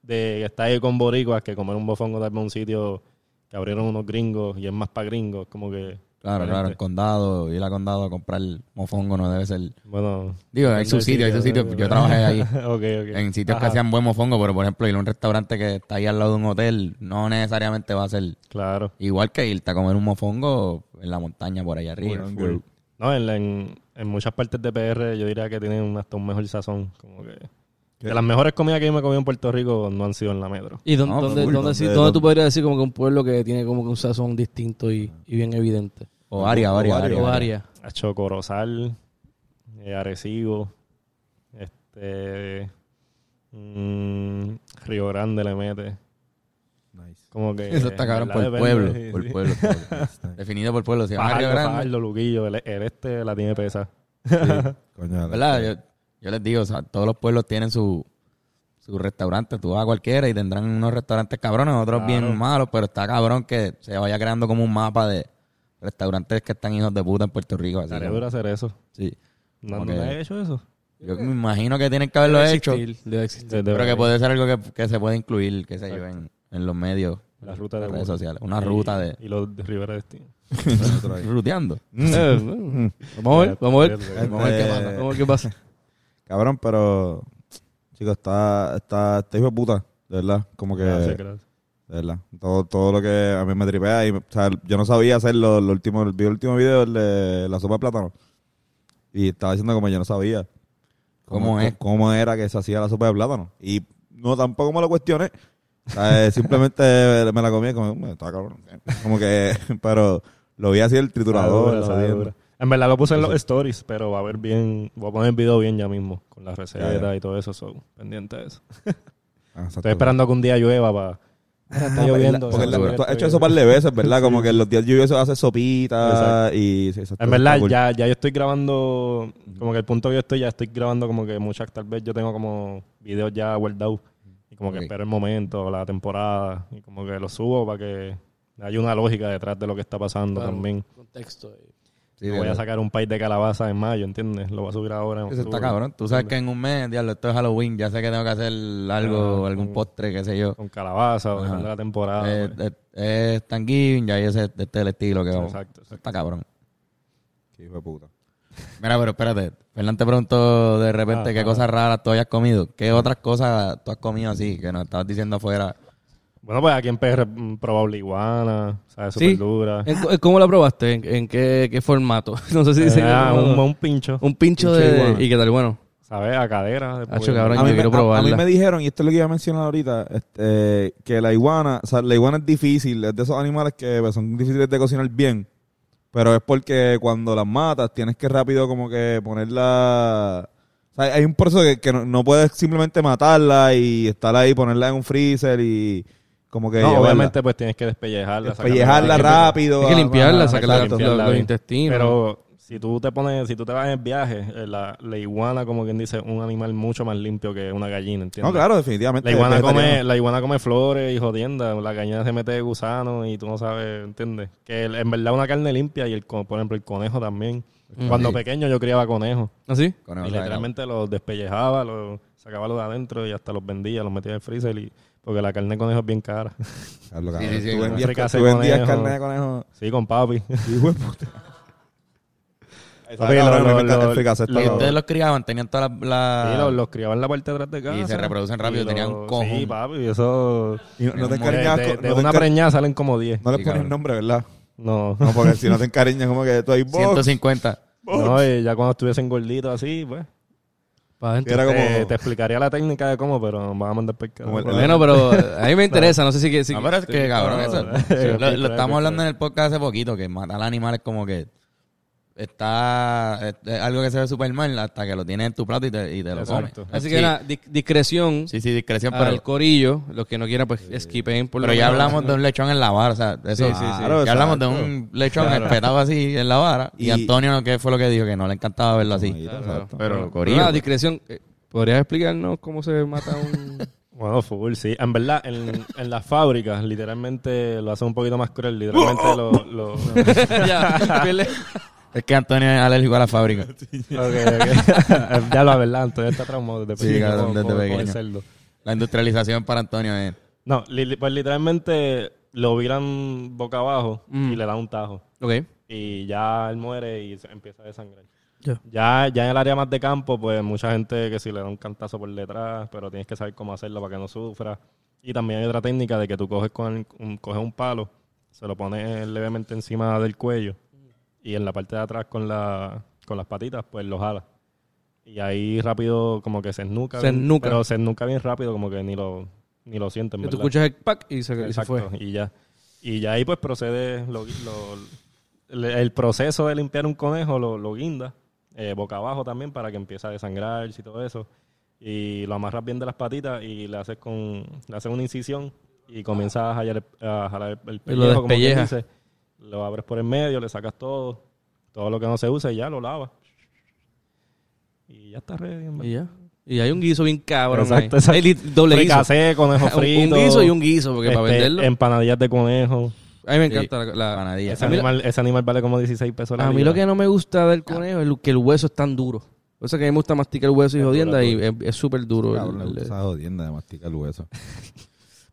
[SPEAKER 3] de que está ahí con boricuas que comer un mofongo tal vez en un sitio que abrieron unos gringos y es más para gringos. Como que...
[SPEAKER 5] Claro, claro, en
[SPEAKER 3] diferente.
[SPEAKER 5] condado, ir a condado a comprar mofongo no debe ser.
[SPEAKER 3] Bueno...
[SPEAKER 5] Digo, hay su
[SPEAKER 3] del
[SPEAKER 5] sitio, hay su sitio. Yo trabajé ahí.
[SPEAKER 3] ok, ok.
[SPEAKER 5] En sitios que
[SPEAKER 3] Ajá.
[SPEAKER 5] hacían buen mofongo, pero por ejemplo, ir a un restaurante que está ahí al lado de un hotel no necesariamente va a ser
[SPEAKER 3] Claro.
[SPEAKER 5] igual que irte a comer un mofongo en la montaña por allá arriba.
[SPEAKER 3] No, en, la- en, en muchas partes de PR yo diría que tienen un- hasta un mejor sazón. Como que, de las mejores comidas que yo me he comido en Puerto Rico no han sido en la metro.
[SPEAKER 4] ¿Y dó-
[SPEAKER 5] No,
[SPEAKER 4] dónde,
[SPEAKER 1] full,
[SPEAKER 4] dónde, sí-
[SPEAKER 1] donde-
[SPEAKER 4] dónde
[SPEAKER 1] donde-
[SPEAKER 4] tú podrías decir como que un pueblo que tiene como que un sazón distinto y, y bien evidente?
[SPEAKER 5] O área, o área, área,
[SPEAKER 4] O
[SPEAKER 5] área.
[SPEAKER 4] área.
[SPEAKER 3] Hacho Corozal, eh, Arecibo, este, mm, Río Grande le mete. Como que,
[SPEAKER 5] Eso está cabrón
[SPEAKER 3] en
[SPEAKER 5] por
[SPEAKER 3] Eh, verdad
[SPEAKER 5] el
[SPEAKER 3] depende, sí,
[SPEAKER 5] pueblo, por
[SPEAKER 3] sí.
[SPEAKER 5] el pueblo. Definido por el pueblo, se llama Río
[SPEAKER 3] Fajardo,
[SPEAKER 5] Grande.
[SPEAKER 3] Fajardo, Luquillo, el, el este la tiene pesa.
[SPEAKER 5] ¿Verdad? Yo, yo les digo, o sea, todos los pueblos tienen su, su restaurante. Tú vas a cualquiera y tendrán unos restaurantes cabrones, otros bien malos, pero está cabrón que se vaya creando como un mapa de restaurantes que están hijos de puta en Puerto Rico. Así
[SPEAKER 3] Estaría
[SPEAKER 5] como-
[SPEAKER 3] duro hacer eso.
[SPEAKER 5] sí.
[SPEAKER 3] ¿No,
[SPEAKER 5] Ok.
[SPEAKER 3] no le he hecho eso?
[SPEAKER 5] Yo me imagino que tienen que haberlo
[SPEAKER 4] Debe
[SPEAKER 5] hecho,
[SPEAKER 4] existir, debe existir.
[SPEAKER 3] Desde
[SPEAKER 5] pero que
[SPEAKER 3] ahí,
[SPEAKER 5] puede ser algo que, que se puede incluir, que se yo, en, en los medios,
[SPEAKER 3] La ruta de
[SPEAKER 5] las redes
[SPEAKER 3] Bogotá.
[SPEAKER 5] sociales. Una ruta de...
[SPEAKER 3] Y los de Rivera Destino.
[SPEAKER 5] Ruteando.
[SPEAKER 4] Eh, bueno,
[SPEAKER 5] Mm.
[SPEAKER 4] vamos a ver, vamos a ver.
[SPEAKER 1] Vamos a
[SPEAKER 5] Eh,
[SPEAKER 1] ver qué pasa.
[SPEAKER 4] Vamos a ver qué pasa.
[SPEAKER 1] Cabrón, pero. Chicos, está. Está. Está hijo de puta, de verdad. Como que.
[SPEAKER 3] Gracias, gracias.
[SPEAKER 1] De verdad. Todo, todo lo que a mí me tripea. Y, o sea, yo no sabía hacer lo, lo último, vi el último video el de la sopa de plátano. Y estaba diciendo como yo no sabía.
[SPEAKER 5] ¿Cómo es?
[SPEAKER 1] cómo era que se hacía la sopa de plátano. Y no, tampoco me lo cuestioné. O sea, eh, simplemente me la comí como, "Mm, está cabrón. Como que, pero lo vi así el triturador.
[SPEAKER 3] Sabe dura,
[SPEAKER 1] la
[SPEAKER 3] sabe
[SPEAKER 1] jodienda.
[SPEAKER 3] dura. En verdad lo puse en los stories, pero va a ver bien. Voy a poner el video bien ya mismo con la receta
[SPEAKER 1] Ya, ya.
[SPEAKER 3] y todo eso. So, pendiente de eso.
[SPEAKER 1] Ah, exacto.
[SPEAKER 3] Estoy esperando que un día llueva para. está lloviendo.
[SPEAKER 1] Ah, Porque
[SPEAKER 3] exacto,
[SPEAKER 1] la- tú has
[SPEAKER 3] estoy-
[SPEAKER 1] hecho eso un par de veces, ¿verdad? Como que en los días lluviosos haces sopitas
[SPEAKER 3] Exacto.
[SPEAKER 1] y... sí, exacto.
[SPEAKER 3] En verdad,
[SPEAKER 1] Está cool.
[SPEAKER 3] ya, ya yo estoy grabando, como que el punto que yo estoy, ya estoy grabando como que muchas, tal vez yo tengo como videos ya guardados y como que
[SPEAKER 5] Ok.
[SPEAKER 3] espero el momento, la temporada y como que lo subo para que haya una lógica detrás de lo que está pasando
[SPEAKER 4] Claro.
[SPEAKER 3] también.
[SPEAKER 4] Contexto. eh.
[SPEAKER 5] Sí,
[SPEAKER 3] No voy a sacar un país de calabaza en mayo, ¿entiendes? Lo voy a subir ahora. en
[SPEAKER 5] Eso está
[SPEAKER 3] octubre.
[SPEAKER 5] cabrón. Tú sabes que en un mes, diablo, esto es Halloween. Ya sé que tengo que hacer algo,
[SPEAKER 3] Ah,
[SPEAKER 5] algún
[SPEAKER 3] mm.
[SPEAKER 5] postre, qué sé yo.
[SPEAKER 3] Con calabaza, o
[SPEAKER 5] Ajá.
[SPEAKER 3] dejando la temporada.
[SPEAKER 5] Eh,
[SPEAKER 3] pues.
[SPEAKER 5] eh, Es Thanksgiving, ya ese este es el estilo que vamos.
[SPEAKER 3] Exacto, exacto.
[SPEAKER 5] Está cabrón.
[SPEAKER 1] Qué hijo de puta.
[SPEAKER 5] Mira, pero espérate. Fernán te preguntó de repente
[SPEAKER 3] Ah,
[SPEAKER 5] qué
[SPEAKER 3] ah.
[SPEAKER 5] cosas raras tú hayas comido. ¿Qué otras cosas tú has comido así que nos estabas diciendo afuera?
[SPEAKER 3] Bueno, pues aquí en PR mm, probable iguana, ¿sabes?
[SPEAKER 4] Sí.
[SPEAKER 3] Súper dura.
[SPEAKER 4] Ah. ¿En cu- ¿Cómo la probaste? ¿En, en qué, qué formato? No sé si dice.
[SPEAKER 3] Ah, un, un pincho,
[SPEAKER 4] un pincho
[SPEAKER 3] pincho de
[SPEAKER 4] de.
[SPEAKER 3] iguana.
[SPEAKER 4] ¿Y qué tal? Bueno.
[SPEAKER 3] ¿sabes? A cadera. de
[SPEAKER 4] Hacho,
[SPEAKER 3] pollo.
[SPEAKER 4] cabrón,
[SPEAKER 1] a, mí
[SPEAKER 4] yo
[SPEAKER 1] me,
[SPEAKER 4] quiero
[SPEAKER 1] a- a mí
[SPEAKER 4] probarla.
[SPEAKER 1] me dijeron, y esto es lo que iba a mencionar ahorita, este, eh, que la iguana, o sea, la iguana es difícil, es de esos animales que pues, son difíciles de cocinar bien, pero es porque cuando las matas tienes que rápido como que ponerla... O sea, hay un proceso que, que no, no puedes simplemente matarla y estar ahí, ponerla en un freezer y como que...
[SPEAKER 3] No,
[SPEAKER 1] llevarla.
[SPEAKER 3] obviamente pues tienes que despellejarla. sacarla.
[SPEAKER 1] Despellejarla
[SPEAKER 3] Hay que-
[SPEAKER 1] rápido.
[SPEAKER 4] Hay que
[SPEAKER 1] ah,
[SPEAKER 4] limpiarla,
[SPEAKER 1] ah,
[SPEAKER 4] sacarla
[SPEAKER 1] exacto.
[SPEAKER 4] de- los- los
[SPEAKER 3] bien.
[SPEAKER 4] intestinos.
[SPEAKER 3] Pero si tú te pones, si tú te vas en el viaje, eh, la, la iguana, como quien dice, un animal mucho más limpio que una gallina,
[SPEAKER 1] No,
[SPEAKER 3] ¿entiendes?
[SPEAKER 1] claro, definitivamente. Este,
[SPEAKER 3] La iguana,
[SPEAKER 1] es
[SPEAKER 3] come,
[SPEAKER 1] vegetariano.
[SPEAKER 3] la iguana come flores y jodienda. La gallina se mete gusano y tú no sabes, ¿entiendes? Que el- en verdad una carne limpia y, el, co- por ejemplo, el conejo también. Cuando
[SPEAKER 5] Sí.
[SPEAKER 3] pequeño yo criaba conejos.
[SPEAKER 4] ¿Así?
[SPEAKER 5] Con el-
[SPEAKER 3] y literalmente los despellejaba, los sacaba los de adentro y hasta los vendía, los metía en el freezer. Y, porque la carne de conejo es bien cara.
[SPEAKER 1] Diablo,
[SPEAKER 5] Sí,
[SPEAKER 1] cabrón,
[SPEAKER 5] sí, sí,
[SPEAKER 1] tú
[SPEAKER 5] claro.
[SPEAKER 1] vendías,
[SPEAKER 3] Fricase
[SPEAKER 1] tú vendías
[SPEAKER 3] conejo.
[SPEAKER 1] carne de conejo.
[SPEAKER 3] sí, con papi.
[SPEAKER 1] Hijo de puta.
[SPEAKER 3] Papi,
[SPEAKER 1] Cabrón,
[SPEAKER 3] lo-
[SPEAKER 1] me encanta
[SPEAKER 3] lo-
[SPEAKER 1] el fricase, está
[SPEAKER 5] Y
[SPEAKER 1] cabrón.
[SPEAKER 5] ustedes los criaban, tenían todas las... las-
[SPEAKER 3] Sí, los, los criaban en la parte de atrás de casa.
[SPEAKER 5] Ah. se reproducen rápido,
[SPEAKER 3] Y
[SPEAKER 5] tenían
[SPEAKER 3] los-
[SPEAKER 5] cojón.
[SPEAKER 3] Sí, papi, eso...
[SPEAKER 1] Y no, no te
[SPEAKER 5] Como
[SPEAKER 3] De,
[SPEAKER 1] encariñas
[SPEAKER 3] de-
[SPEAKER 1] con-
[SPEAKER 3] de
[SPEAKER 1] no te
[SPEAKER 3] una
[SPEAKER 1] encar-
[SPEAKER 3] preñada salen como 10.
[SPEAKER 1] No le
[SPEAKER 5] Sí,
[SPEAKER 1] pones
[SPEAKER 5] cabrón.
[SPEAKER 1] nombre, ¿verdad?
[SPEAKER 3] No.
[SPEAKER 1] No, porque si no te encariñas, como que tú ahí vos.
[SPEAKER 5] 150.
[SPEAKER 3] No, y ya cuando estuviesen gorditos así, pues...
[SPEAKER 4] Para adentro.
[SPEAKER 1] Era como.
[SPEAKER 3] Te, te explicaría la técnica de cómo, pero nos van a mandar pescado.
[SPEAKER 1] Como el-
[SPEAKER 3] Bueno,
[SPEAKER 4] Bueno, pero eh, a mí me interesa. No sé si. que- si
[SPEAKER 5] No, Ah, pero es que, cabrón, eso.
[SPEAKER 3] no,
[SPEAKER 5] lo,
[SPEAKER 3] no,
[SPEAKER 5] lo
[SPEAKER 3] no,
[SPEAKER 5] estamos
[SPEAKER 3] no,
[SPEAKER 5] hablando en el podcast hace poquito, que matar animales como que está es, es algo que se ve súper mal hasta que lo tienes en tu plato y te, y te lo comes.
[SPEAKER 3] Exacto.
[SPEAKER 4] Así
[SPEAKER 5] Sí.
[SPEAKER 4] que era dis- discreción
[SPEAKER 5] Sí, sí, discreción,
[SPEAKER 4] al
[SPEAKER 5] pero,
[SPEAKER 4] corillo. Los que no quieran, pues skipen por lo
[SPEAKER 5] pero ya
[SPEAKER 4] menos.
[SPEAKER 5] hablamos de un lechón en la vara, o sea, eso,
[SPEAKER 4] Sí, sí, sí.
[SPEAKER 1] Claro,
[SPEAKER 5] ya hablamos de
[SPEAKER 1] exacto.
[SPEAKER 5] un lechón espetado así en la vara y,
[SPEAKER 1] Y-
[SPEAKER 5] Antonio, que fue lo que dijo? Que no le encantaba verlo así.
[SPEAKER 1] Ahí, exacto.
[SPEAKER 5] Pero,
[SPEAKER 4] Pero
[SPEAKER 5] corillo,
[SPEAKER 4] nada,
[SPEAKER 5] pues.
[SPEAKER 4] discreción. Eh, ¿Podrías explicarnos cómo se mata un.?
[SPEAKER 3] Bueno, full, sí. En verdad, en, en las fábricas, literalmente lo hacen un poquito más cruel. Literalmente lo. lo...
[SPEAKER 4] ya, pierde-
[SPEAKER 5] es que Antonio es alérgico a la fábrica.
[SPEAKER 3] Ok, ok. ya lo verdad, Antonio está traumado desde
[SPEAKER 5] Sí,
[SPEAKER 3] pequeño.
[SPEAKER 5] cabrón,
[SPEAKER 3] con-
[SPEAKER 5] desde
[SPEAKER 3] con- con
[SPEAKER 5] pequeño.
[SPEAKER 3] el cerdo.
[SPEAKER 5] La industrialización para Antonio es...
[SPEAKER 3] No, li- pues literalmente lo viran boca abajo
[SPEAKER 1] Mm.
[SPEAKER 3] y le dan un tajo.
[SPEAKER 4] Ok.
[SPEAKER 3] y ya él muere y se empieza a desangrar. Ya, ya en el área más de campo, pues mucha gente que si le da un cantazo por detrás, pero tienes que saber cómo hacerlo para que no sufra. Y también hay otra técnica de que tú coges, con, un, coges un palo, se lo pones levemente encima del cuello y en la parte de atrás con, la, con las patitas, pues lo jalas. Y ahí rápido como que se esnuca.
[SPEAKER 4] Se
[SPEAKER 3] bien,
[SPEAKER 4] esnuca.
[SPEAKER 3] Pero se esnuca bien rápido como que ni lo, ni lo sienten.
[SPEAKER 4] Que tú
[SPEAKER 3] ¿verdad?
[SPEAKER 4] escuchas el pack y se, y se
[SPEAKER 3] Exacto,
[SPEAKER 4] fue.
[SPEAKER 3] y ya. Y ya ahí pues procede lo- lo- le- el proceso de limpiar un conejo, lo, lo guinda, eh, boca abajo también para que empiece a desangrarse y todo eso. Y lo amarras bien de las patitas y le haces con le haces una incisión y comienzas a jalar, el- a jalar el, el
[SPEAKER 4] Y lo
[SPEAKER 3] pellejo, como quien
[SPEAKER 4] despellejas.
[SPEAKER 3] dice. Lo abres por el medio, le sacas todo, todo lo que no se usa y ya lo lavas. Y ya está ready. en
[SPEAKER 4] Y
[SPEAKER 3] verdad.
[SPEAKER 4] ya. Y hay un guiso bien cabrón.
[SPEAKER 3] Exacto,
[SPEAKER 4] ahí.
[SPEAKER 3] exacto.
[SPEAKER 4] Hay li- doble guiso.
[SPEAKER 3] Fricasé, conejo
[SPEAKER 4] Un-
[SPEAKER 3] frito.
[SPEAKER 4] Un guiso y un guiso, porque para
[SPEAKER 3] este,
[SPEAKER 4] venderlo.
[SPEAKER 3] Empanadillas de conejo.
[SPEAKER 4] a mí me
[SPEAKER 5] Sí,
[SPEAKER 4] encanta la- la.
[SPEAKER 5] panadilla.
[SPEAKER 3] Ese
[SPEAKER 4] A mí lo-
[SPEAKER 3] animal, ese animal vale como 16 pesos la
[SPEAKER 4] a mí
[SPEAKER 3] libra.
[SPEAKER 4] lo que no me gusta del conejo es lo- que el hueso es tan duro. O sea que a mí me gusta masticar el hueso y
[SPEAKER 3] Es duro,
[SPEAKER 4] jodienda
[SPEAKER 3] es
[SPEAKER 4] y es es súper duro.
[SPEAKER 1] Cabrón,
[SPEAKER 4] El-
[SPEAKER 1] le
[SPEAKER 4] el-
[SPEAKER 1] gusta esa jodienda de masticar el hueso.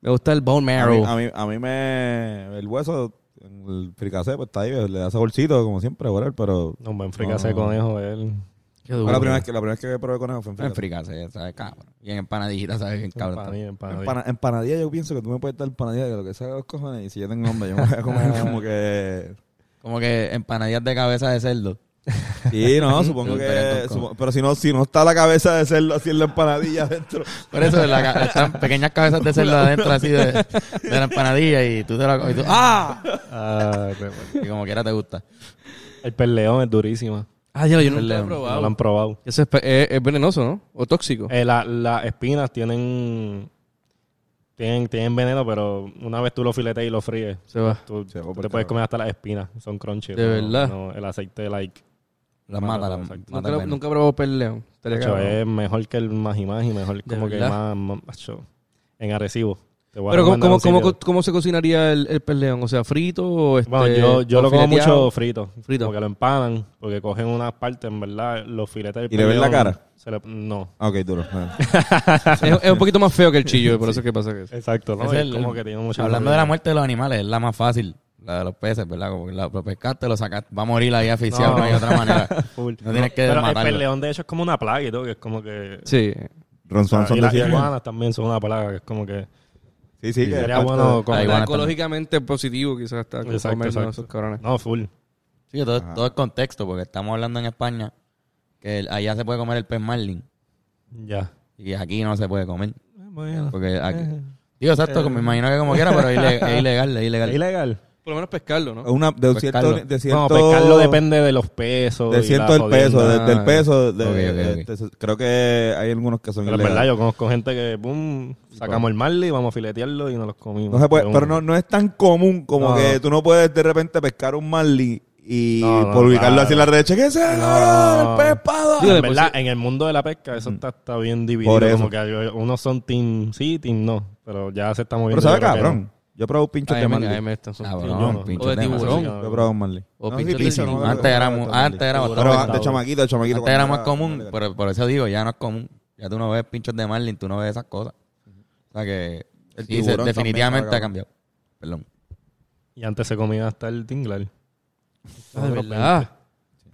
[SPEAKER 4] me gusta el bone
[SPEAKER 1] A mí,
[SPEAKER 4] marrow.
[SPEAKER 1] a, mí, a mí me. El hueso, pues, el fricase, pues está ahí, le da saborcito, como siempre, whatever, pero.
[SPEAKER 3] No, un buen fricase de
[SPEAKER 1] No.
[SPEAKER 3] conejo él.
[SPEAKER 4] Qué duro.
[SPEAKER 1] Ah, la, primera vez que, la primera vez que probé conejo fue en
[SPEAKER 5] En
[SPEAKER 1] fritas.
[SPEAKER 5] fricase, ¿sabes? Cabrón. Y en empanadillita, ¿sabes? Bien cabrón.
[SPEAKER 3] Empanadilla,
[SPEAKER 5] también.
[SPEAKER 1] En
[SPEAKER 3] empanadilla.
[SPEAKER 1] pana- empanadilla yo pienso que tú me puedes dar empanadilla de lo que sea de los cojones y si yo tengo hambre yo me voy a comer como que...
[SPEAKER 5] Como que empanadillas de cabeza de cerdo.
[SPEAKER 1] Sí, no, supongo
[SPEAKER 5] Pero
[SPEAKER 1] que...
[SPEAKER 5] con-
[SPEAKER 1] supo- pero si no, si no está la cabeza de cerdo así en la empanadilla adentro.
[SPEAKER 5] Por eso la ca- están pequeñas cabezas de cerdo adentro así de, de la empanadilla y tú te la comes y tú ¡Ah!
[SPEAKER 3] Ah, qué bueno.
[SPEAKER 5] Y como quiera te gusta.
[SPEAKER 3] El perleón es durísima.
[SPEAKER 4] Ah, ya, yo nunca lo he
[SPEAKER 5] Perdón,
[SPEAKER 3] No lo
[SPEAKER 4] probado.
[SPEAKER 3] han probado.
[SPEAKER 4] Eso es, pe- es- es venenoso, ¿no? O tóxico.
[SPEAKER 3] Eh, la- las espinas tienen, tienen tienen veneno, pero una vez tú lo filetes y lo fríes,
[SPEAKER 4] Se va.
[SPEAKER 3] tú,
[SPEAKER 1] Se va
[SPEAKER 3] tú
[SPEAKER 1] por
[SPEAKER 3] te
[SPEAKER 1] el
[SPEAKER 3] puedes
[SPEAKER 1] carajo.
[SPEAKER 3] comer hasta las espinas. Son crunchy.
[SPEAKER 4] De
[SPEAKER 3] pero
[SPEAKER 4] verdad.
[SPEAKER 3] no, el aceite, like,
[SPEAKER 5] Las
[SPEAKER 3] Mata,
[SPEAKER 5] mata, las mata.
[SPEAKER 3] exacto.
[SPEAKER 4] Nunca,
[SPEAKER 5] el
[SPEAKER 4] lo-
[SPEAKER 5] veneno.
[SPEAKER 4] nunca he probado perleón. Estaría
[SPEAKER 3] hecho,
[SPEAKER 4] cabrón.
[SPEAKER 3] es mejor que el maji maji, mejor
[SPEAKER 4] De
[SPEAKER 3] como que
[SPEAKER 4] verdad.
[SPEAKER 3] más, más- macho, en agresivo. Te voy a
[SPEAKER 4] Pero ¿cómo,
[SPEAKER 3] recomendar
[SPEAKER 4] cómo,
[SPEAKER 3] un
[SPEAKER 4] cómo,
[SPEAKER 3] sitio.
[SPEAKER 4] cómo se cocinaría el, el perleón? O sea, frito o este,
[SPEAKER 3] Bueno, yo, yo
[SPEAKER 4] o
[SPEAKER 3] lo como
[SPEAKER 4] fileteado?
[SPEAKER 3] mucho frito.
[SPEAKER 4] Frito.
[SPEAKER 3] Porque lo empanan, porque cogen unas partes, en verdad, los filetes. del
[SPEAKER 1] ¿Y le ven la
[SPEAKER 3] peleón,
[SPEAKER 1] cara?
[SPEAKER 3] se le- no.
[SPEAKER 1] Ah, ok, duro. Ah.
[SPEAKER 4] Es, es un poquito más feo que el chillo, por eso es que pasa que es.
[SPEAKER 3] Exacto, ¿no?
[SPEAKER 5] Es
[SPEAKER 3] Y
[SPEAKER 5] el-
[SPEAKER 3] como que tiene mucha
[SPEAKER 5] Hablando de la muerte de los animales, es la más fácil. La de los peces, ¿verdad? Como que la- lo pescaste, lo sacaste. Va a morir ahí asfixiado, no,
[SPEAKER 3] No.
[SPEAKER 5] hay otra manera.
[SPEAKER 3] Full.
[SPEAKER 5] No tienes que
[SPEAKER 3] Pero el
[SPEAKER 5] matarlo.
[SPEAKER 3] perleón, de hecho, es como una plaga y todo, que es como que.
[SPEAKER 4] Sí.
[SPEAKER 1] Ron
[SPEAKER 3] Ah,
[SPEAKER 1] Swanson
[SPEAKER 3] y las
[SPEAKER 1] decía que-
[SPEAKER 3] iguanas también son una palabra que es como que
[SPEAKER 1] Sí, sí, que... es
[SPEAKER 3] sería
[SPEAKER 1] parte
[SPEAKER 3] bueno
[SPEAKER 5] Ahí
[SPEAKER 3] comer.
[SPEAKER 5] van a estar-
[SPEAKER 4] Ecológicamente positivo quizás está con
[SPEAKER 3] Exacto,
[SPEAKER 4] comernos
[SPEAKER 3] exacto.
[SPEAKER 4] esos cabrones.
[SPEAKER 3] No, full.
[SPEAKER 5] Sí, todo, todo es contexto, porque estamos hablando en España que el- allá se puede comer el pez marlin
[SPEAKER 3] Ya.
[SPEAKER 5] y aquí no se puede comer. Porque aquí... Digo, exacto, como me imagino que como quiera, pero es, ile- es ilegal, es
[SPEAKER 3] ¿Es
[SPEAKER 5] ilegal.
[SPEAKER 3] ilegal?
[SPEAKER 4] Por lo menos pescarlo, ¿no?
[SPEAKER 1] de- una, de un cierto...
[SPEAKER 5] Pescarlo.
[SPEAKER 1] De cierto...
[SPEAKER 3] No, pescarlo depende de los pesos.
[SPEAKER 1] De
[SPEAKER 3] y
[SPEAKER 1] cierto
[SPEAKER 3] la
[SPEAKER 1] el peso,
[SPEAKER 3] jodienda.
[SPEAKER 1] de- del peso. de-
[SPEAKER 5] Ok, ok,
[SPEAKER 1] de-
[SPEAKER 5] ok.
[SPEAKER 1] de- eso- creo que hay algunos que son
[SPEAKER 3] Pero en
[SPEAKER 1] ilegales.
[SPEAKER 3] verdad, yo conozco gente que, pum, sacamos el marley, vamos a filetearlo y nos los comimos.
[SPEAKER 1] pues. No se puede,
[SPEAKER 3] De un-
[SPEAKER 1] pero no, no es tan común como
[SPEAKER 3] No.
[SPEAKER 1] que tú no puedes de repente pescar un marlin y
[SPEAKER 3] No, no,
[SPEAKER 1] publicarlo
[SPEAKER 3] claro.
[SPEAKER 1] así en la red. ¡Chequense!
[SPEAKER 3] No.
[SPEAKER 1] ¡El pez espada!
[SPEAKER 3] Digo, en
[SPEAKER 4] Pues
[SPEAKER 3] verdad, en el mundo de la pesca eso está, está bien dividido.
[SPEAKER 1] Por eso.
[SPEAKER 3] Como que hay- unos son team sí, team no. Pero ya se está
[SPEAKER 1] Pero
[SPEAKER 3] moviendo.
[SPEAKER 1] sabe
[SPEAKER 3] yo creo que-
[SPEAKER 1] cabrón. Yo probé un pincho
[SPEAKER 4] Ay,
[SPEAKER 1] de
[SPEAKER 4] me
[SPEAKER 1] marlin.
[SPEAKER 4] cae, me
[SPEAKER 3] Ah,
[SPEAKER 4] están-
[SPEAKER 5] Cabrón,
[SPEAKER 3] Yo no.
[SPEAKER 5] pinche
[SPEAKER 4] O de
[SPEAKER 5] tema.
[SPEAKER 4] tiburón. Ah,
[SPEAKER 1] Yo probé un marlin.
[SPEAKER 5] Oh,
[SPEAKER 4] O
[SPEAKER 1] No sé si
[SPEAKER 4] pincho de
[SPEAKER 1] pincho,
[SPEAKER 4] tiburón.
[SPEAKER 1] me acuerdo.
[SPEAKER 5] Antes era, mu- antes era
[SPEAKER 3] Tiburón.
[SPEAKER 5] bastante
[SPEAKER 1] Pero antes,
[SPEAKER 3] Estaba-
[SPEAKER 1] chamaquito, chamaquito.
[SPEAKER 5] Antes era
[SPEAKER 1] cuando
[SPEAKER 5] más común, pero por eso digo, ya no es común. Ya tú no ves pinchos de Marlin, tú no ves esas cosas. O sea que
[SPEAKER 1] El
[SPEAKER 5] sí, se-
[SPEAKER 1] tiburón
[SPEAKER 5] definitivamente ha
[SPEAKER 1] también,
[SPEAKER 5] cambiado. Perdón.
[SPEAKER 3] Y antes se comía hasta el tinglar.
[SPEAKER 4] Ah, de verdad.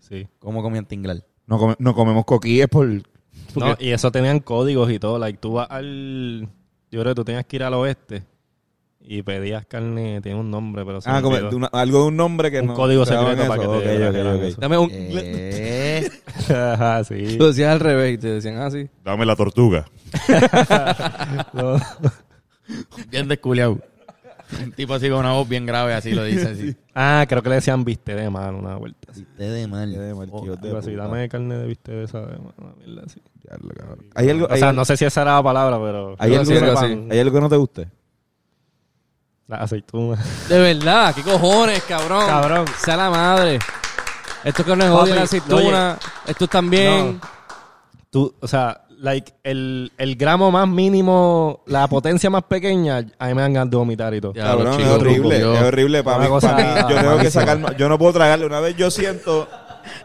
[SPEAKER 3] Sí.
[SPEAKER 5] ¿Cómo comían tinglar?
[SPEAKER 1] No, come- no comemos coquíes por...
[SPEAKER 3] No, y eso tenían códigos y todo. Like, tú vas al. Yo creo que tú tenías que ir al oeste y pedías carne, tiene un nombre, pero. se
[SPEAKER 1] Ah,
[SPEAKER 3] me
[SPEAKER 1] come-
[SPEAKER 3] olvidó.
[SPEAKER 1] de una- algo de un nombre que
[SPEAKER 3] Un
[SPEAKER 1] no...
[SPEAKER 3] código
[SPEAKER 1] se daban
[SPEAKER 3] secreto para
[SPEAKER 1] eso.
[SPEAKER 3] que te
[SPEAKER 1] Ok, ok,
[SPEAKER 3] trajeran
[SPEAKER 1] ok.
[SPEAKER 3] eso.
[SPEAKER 4] Dame un...
[SPEAKER 5] Eh,
[SPEAKER 3] Ajá, sí.
[SPEAKER 4] Lo decías al revés y te decían "Ah, así.
[SPEAKER 1] Dame la tortuga.
[SPEAKER 3] No.
[SPEAKER 5] bien desculeado. Un tipo así con una voz bien grave, así lo dice así.
[SPEAKER 3] Ah, creo que le decían viste de mano una vuelta. así.
[SPEAKER 5] Viste de mal.
[SPEAKER 1] Viste de mal,
[SPEAKER 5] Oh,
[SPEAKER 1] tío. De
[SPEAKER 3] Algo así,
[SPEAKER 1] puta.
[SPEAKER 3] dame carne de viste de esa de mano, una mierda así.
[SPEAKER 1] Diablo, cabrón. Hay algo...
[SPEAKER 3] O sea, no sé si esa era la palabra, pero.
[SPEAKER 1] Hay
[SPEAKER 4] Yo
[SPEAKER 1] algo,
[SPEAKER 4] lo hacía
[SPEAKER 1] que,
[SPEAKER 4] así.
[SPEAKER 1] pan- hay algo que no te guste.
[SPEAKER 3] La aceituna.
[SPEAKER 4] De verdad, qué cojones, cabrón.
[SPEAKER 3] Cabrón.
[SPEAKER 4] Sea la madre. Esto que no es
[SPEAKER 3] Papi,
[SPEAKER 4] odio la aceituna. Esto también.
[SPEAKER 3] Tú, o sea, like, el, el gramo más mínimo, la potencia más pequeña, a mí me dan ganas de vomitar y todo.
[SPEAKER 4] Ya,
[SPEAKER 1] Cabrón,
[SPEAKER 4] los
[SPEAKER 1] es
[SPEAKER 4] chicos,
[SPEAKER 1] horrible,
[SPEAKER 4] yo-
[SPEAKER 1] es horrible para
[SPEAKER 3] Una
[SPEAKER 1] mí.
[SPEAKER 3] cosa
[SPEAKER 1] para mí, yo tengo que
[SPEAKER 3] malísima.
[SPEAKER 1] sacarme, yo no puedo tragarle. Una vez yo siento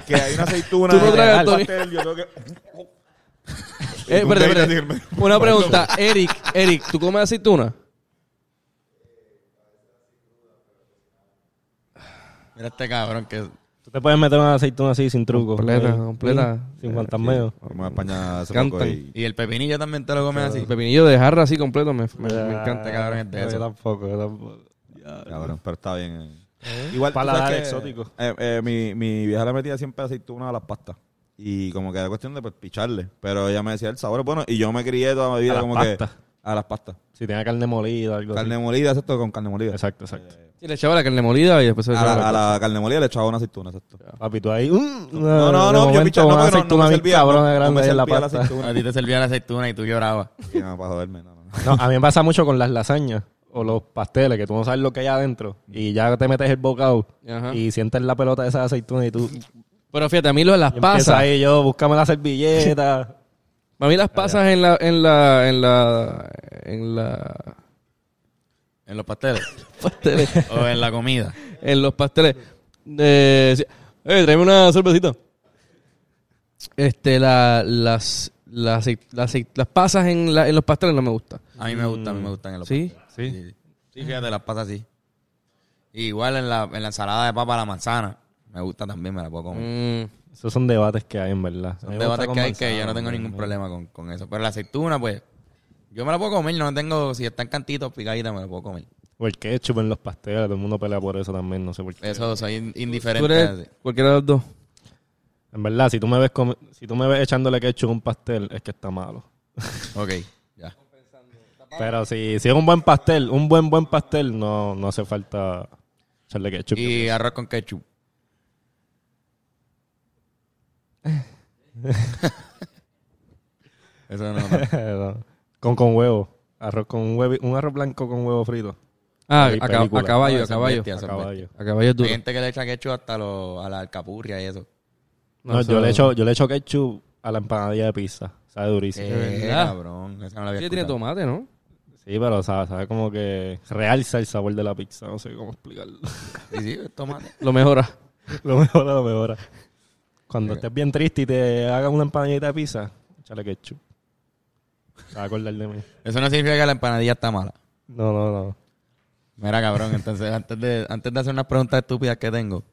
[SPEAKER 1] que hay una aceituna
[SPEAKER 4] Tú no
[SPEAKER 1] en
[SPEAKER 4] tragas,
[SPEAKER 1] el
[SPEAKER 4] Tony.
[SPEAKER 1] pastel, yo tengo que...
[SPEAKER 4] Eh,
[SPEAKER 1] Tú
[SPEAKER 4] espérate,
[SPEAKER 1] me dirás,
[SPEAKER 4] espérate.
[SPEAKER 1] dígame.
[SPEAKER 4] Una pregunta. Eric, Eric, ¿tú comes aceituna?
[SPEAKER 5] Mira este cabrón que.
[SPEAKER 3] Tú te puedes meter una aceituna así sin truco.
[SPEAKER 4] Completa,
[SPEAKER 3] Ahí.
[SPEAKER 4] completa.
[SPEAKER 3] Sin fantasmeo.
[SPEAKER 1] Vamos a España hace
[SPEAKER 4] Cantan.
[SPEAKER 1] poco y-
[SPEAKER 5] Y el pepinillo también te lo comes
[SPEAKER 3] Ah,
[SPEAKER 5] así.
[SPEAKER 4] El pepinillo de jarra así completo me, me- me encanta.
[SPEAKER 5] Este cabrón es de
[SPEAKER 3] Yo
[SPEAKER 5] eso.
[SPEAKER 3] tampoco, yo tampoco.
[SPEAKER 1] Cabrón, pero está bien. eh. Igual, tú
[SPEAKER 3] Paladar
[SPEAKER 1] sabes que,
[SPEAKER 3] exótico.
[SPEAKER 1] eh, eh, mi, mi vieja le metía siempre aceituna a las pastas. Y como que era cuestión de pues, picharle. Pero ella me decía el sabor es bueno. Y yo me crié toda mi vida
[SPEAKER 3] A las
[SPEAKER 1] como
[SPEAKER 3] pastas.
[SPEAKER 1] que... A las pastas.
[SPEAKER 3] Si tenía carne molida, algo así.
[SPEAKER 1] Carne molida, exacto, con carne molida.
[SPEAKER 3] Exacto, exacto.
[SPEAKER 4] Sí, le echaba la carne molida y después se
[SPEAKER 3] Ah,
[SPEAKER 1] A
[SPEAKER 4] echaba
[SPEAKER 1] la,
[SPEAKER 4] la-
[SPEAKER 1] a la carne molida le echaba una aceituna, exacto.
[SPEAKER 3] Papi, tú ahí. uh,
[SPEAKER 1] No, no, no, yo pichaba, no, porque no, no
[SPEAKER 3] Ah, una aceituna
[SPEAKER 1] me
[SPEAKER 3] bien
[SPEAKER 1] servía.
[SPEAKER 3] cabrona
[SPEAKER 1] no, no
[SPEAKER 3] grande
[SPEAKER 1] me
[SPEAKER 3] ahí en la
[SPEAKER 1] servía
[SPEAKER 3] pasta.
[SPEAKER 5] A
[SPEAKER 1] aceituna.
[SPEAKER 5] ti te servía la aceituna y tú llorabas.
[SPEAKER 1] Sí, no, para joderme, no, no.
[SPEAKER 3] No, a mí me pasa mucho con las lasañas o los pasteles, que tú no sabes lo que hay adentro. Y ya te metes el bocado
[SPEAKER 4] Ajá.
[SPEAKER 3] y sientes la pelota de esa aceituna y tú.
[SPEAKER 4] Pero fíjate, a mí lo de las
[SPEAKER 3] ah. Y empieza
[SPEAKER 4] pasas.
[SPEAKER 3] ahí yo, búscame la servilleta.
[SPEAKER 4] A mí las pasas en la, en la, en la, en la
[SPEAKER 5] En los pasteles.
[SPEAKER 4] pasteles,
[SPEAKER 5] o en la comida.
[SPEAKER 4] en los pasteles. Eh, sí. Eh, tráeme una cervecita. Este, la, las, las, aceit- las aceit- las pasas en, la, en los pasteles no me gusta.
[SPEAKER 5] A mí me gusta, a mí me gustan en los
[SPEAKER 4] ¿Sí?
[SPEAKER 5] pasteles. Mm. Sí. Sí, fíjate, las pasas así. Igual en la, en la ensalada de papa a la manzana. Me gusta también, me la puedo comer.
[SPEAKER 4] Mm,
[SPEAKER 3] Esos son debates que hay, en verdad. A mí
[SPEAKER 5] Son
[SPEAKER 3] me gusta
[SPEAKER 5] debates que hay
[SPEAKER 3] conversar,
[SPEAKER 5] que yo no tengo ningún
[SPEAKER 3] ¿no?
[SPEAKER 5] problema con, con eso. Pero la aceituna, pues, yo me la puedo comer, no tengo, si están cantitos picaditas, me la puedo comer.
[SPEAKER 3] O el ketchup en los pasteles, todo el mundo pelea por eso también, no sé por qué.
[SPEAKER 5] Eso soy in- indiferente.
[SPEAKER 4] Tú eres
[SPEAKER 5] así.
[SPEAKER 4] cualquiera de los dos.
[SPEAKER 3] En verdad, si tú me ves comi- si tú me ves echándole ketchup a un pastel, es que está malo.
[SPEAKER 5] Ok, ya.
[SPEAKER 3] Pero si, si es un buen pastel, un buen buen pastel, no, no hace falta echarle ketchup.
[SPEAKER 5] Y arroz con ketchup. eso no. no.
[SPEAKER 3] No. Con con huevo. Arroz con huevo, un arroz blanco con huevo frito.
[SPEAKER 4] Ah,
[SPEAKER 3] Hay
[SPEAKER 4] a, ca-
[SPEAKER 3] película.
[SPEAKER 4] a caballo,
[SPEAKER 5] No, eso
[SPEAKER 4] a
[SPEAKER 5] es
[SPEAKER 4] caballo.
[SPEAKER 5] bestia, eso
[SPEAKER 3] A
[SPEAKER 5] es bestia.
[SPEAKER 3] caballo.
[SPEAKER 4] A caballo es
[SPEAKER 5] Hay
[SPEAKER 4] duro.
[SPEAKER 5] gente que le echa ketchup hasta lo- a la alcapurria y eso.
[SPEAKER 3] No,
[SPEAKER 4] No,
[SPEAKER 3] yo
[SPEAKER 4] eso-
[SPEAKER 3] le echo, yo le echo ketchup a la empanadilla de pizza. Sabe durísimo.
[SPEAKER 5] Eh,
[SPEAKER 4] verdad.
[SPEAKER 5] cabrón. Esa no la había
[SPEAKER 4] Sí, tiene
[SPEAKER 5] escuchado.
[SPEAKER 4] tomate, ¿no?
[SPEAKER 3] Sí, pero sabe, sabe como que realza el sabor de la pizza. No sé cómo explicarlo.
[SPEAKER 5] Sí, sí, es tomate.
[SPEAKER 4] Lo mejora.
[SPEAKER 3] lo mejora, lo mejora. Cuando estés bien triste y te hagan una empanadita de pizza, échale ketchup. Te vas a acordar de mí.
[SPEAKER 5] Eso no significa que la empanadilla está mala.
[SPEAKER 3] No, no, no.
[SPEAKER 5] Mira, cabrón, entonces antes de, antes de hacer unas preguntas estúpidas que tengo,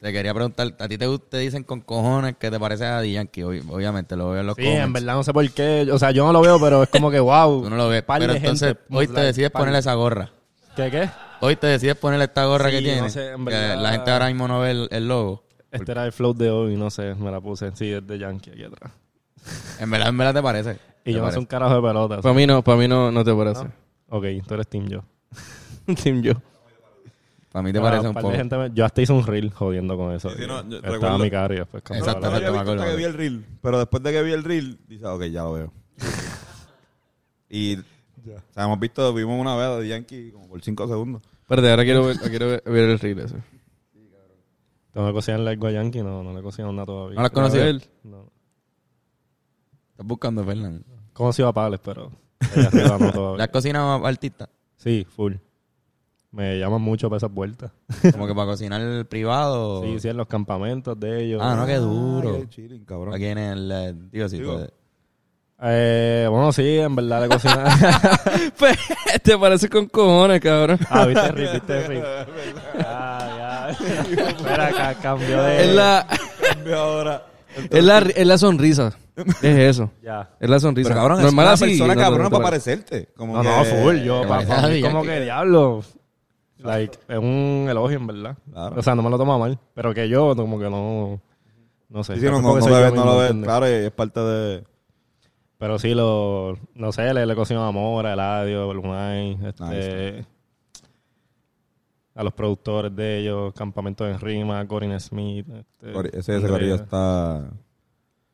[SPEAKER 5] te quería preguntar, ¿a ti te, gust- te dicen con cojones que te parece a D. Yankee? Ob- obviamente, lo veo en los
[SPEAKER 3] Sí,
[SPEAKER 5] comments.
[SPEAKER 3] en verdad no sé por qué. O sea, yo no lo veo, pero es como que wow.
[SPEAKER 5] Tú no lo ves,
[SPEAKER 3] par de
[SPEAKER 5] pero entonces
[SPEAKER 3] gente,
[SPEAKER 5] hoy te
[SPEAKER 3] par-
[SPEAKER 5] decides
[SPEAKER 3] par-
[SPEAKER 5] ponerle esa gorra.
[SPEAKER 3] ¿Qué, qué?
[SPEAKER 5] Hoy te decides ponerle esta gorra
[SPEAKER 3] Sí,
[SPEAKER 5] que
[SPEAKER 3] no
[SPEAKER 5] tiene.
[SPEAKER 3] sé, en
[SPEAKER 5] que
[SPEAKER 3] verdad-
[SPEAKER 5] la gente ahora mismo no ve el, el logo.
[SPEAKER 3] Este era el float de hoy, no sé, me la puse. Sí, es de Yankee aquí atrás.
[SPEAKER 5] En verdad, en verdad te parece.
[SPEAKER 3] Y
[SPEAKER 5] Te
[SPEAKER 3] yo no
[SPEAKER 5] parece. Pues-
[SPEAKER 3] soy un carajo de pelotas.
[SPEAKER 4] Para mí no, para mí no, no te parece.
[SPEAKER 3] Ok, tú eres Team Yo.
[SPEAKER 4] Team yo.
[SPEAKER 5] Para mí te
[SPEAKER 3] Ah,
[SPEAKER 5] parece un
[SPEAKER 3] par de
[SPEAKER 5] poco.
[SPEAKER 3] gente me- Yo hasta hice un reel jodiendo con eso.
[SPEAKER 1] Sí, sí, no, yo
[SPEAKER 3] Estaba
[SPEAKER 1] recuerdo-
[SPEAKER 3] mi cara y después cuando
[SPEAKER 5] Exacto.
[SPEAKER 1] No
[SPEAKER 3] hablaba-
[SPEAKER 1] lo había visto
[SPEAKER 5] me acuerdo,
[SPEAKER 1] hasta que
[SPEAKER 5] me
[SPEAKER 1] vi el reel. Pero después de que vi el reel, dice, ok, ya lo veo. y, o sea, hemos visto, vimos una vez de Yankee como por 5 segundos.
[SPEAKER 4] Espérate, ahora quiero ver, quiero ver, ver el reel ese.
[SPEAKER 3] Tengo que cocinar lengua Yankee, no, no le he cocinado nada todavía.
[SPEAKER 5] ¿No la has conocido?
[SPEAKER 4] A ver.
[SPEAKER 3] No.
[SPEAKER 5] Estás buscando, Fernando.
[SPEAKER 3] Conocido a Pales, pero. allá arriba no
[SPEAKER 5] ¿Le
[SPEAKER 3] todavía.
[SPEAKER 5] has cocinado a artistas?
[SPEAKER 3] Sí, full. Me llaman mucho para esas vueltas.
[SPEAKER 5] Como que para cocinar el privado.
[SPEAKER 3] Sí, sí, en los campamentos de ellos.
[SPEAKER 5] Oh. Ah, no, qué duro.
[SPEAKER 1] Ay, qué chilling, cabrón.
[SPEAKER 5] Aquí en el... eh, Digo, sí,
[SPEAKER 1] Digo.
[SPEAKER 5] te-
[SPEAKER 3] Eh, bueno, sí, en verdad le cocinaba.
[SPEAKER 4] te parece con cojones, cabrón.
[SPEAKER 3] ah, viste, Rip, viste, Rip. ah, ya. Espera, acá cambio de.
[SPEAKER 4] Es la,
[SPEAKER 1] Cambio ahora.
[SPEAKER 4] es la, es la sonrisa. Es eso.
[SPEAKER 3] Ya.
[SPEAKER 4] Es la sonrisa.
[SPEAKER 1] Pero cabrón, es
[SPEAKER 4] Normal
[SPEAKER 1] una
[SPEAKER 4] así,
[SPEAKER 1] persona
[SPEAKER 4] no,
[SPEAKER 1] cabrona para
[SPEAKER 4] parece.
[SPEAKER 1] parecerte. Como
[SPEAKER 3] No,
[SPEAKER 1] que-
[SPEAKER 3] no, full. Yo,
[SPEAKER 5] que
[SPEAKER 3] pa-
[SPEAKER 5] parece
[SPEAKER 3] pa-
[SPEAKER 5] Daddy
[SPEAKER 3] como
[SPEAKER 5] Yankee.
[SPEAKER 3] que diablo. Like, es un elogio, en verdad.
[SPEAKER 1] Claro.
[SPEAKER 3] O sea, no me lo tomo mal. Pero que yo, no, como que no. No sé.
[SPEAKER 1] Sí, sí, no,
[SPEAKER 3] Tampoco
[SPEAKER 1] no, no
[SPEAKER 3] soy
[SPEAKER 1] lo
[SPEAKER 3] yo
[SPEAKER 1] ves, no
[SPEAKER 3] mismo,
[SPEAKER 1] lo ves.
[SPEAKER 3] ¿entiendes?
[SPEAKER 1] Claro, y es parte de...
[SPEAKER 3] Pero sí, lo, no sé, le, le cocinó a Mora, Eladio, Lunay,
[SPEAKER 1] Ah,
[SPEAKER 3] este,
[SPEAKER 1] Nice.
[SPEAKER 3] a los productores de ellos, Campamento en Rima, Corin Smith. Este,
[SPEAKER 1] Cori- Ese, ese
[SPEAKER 3] Andrea.
[SPEAKER 1] corillo está...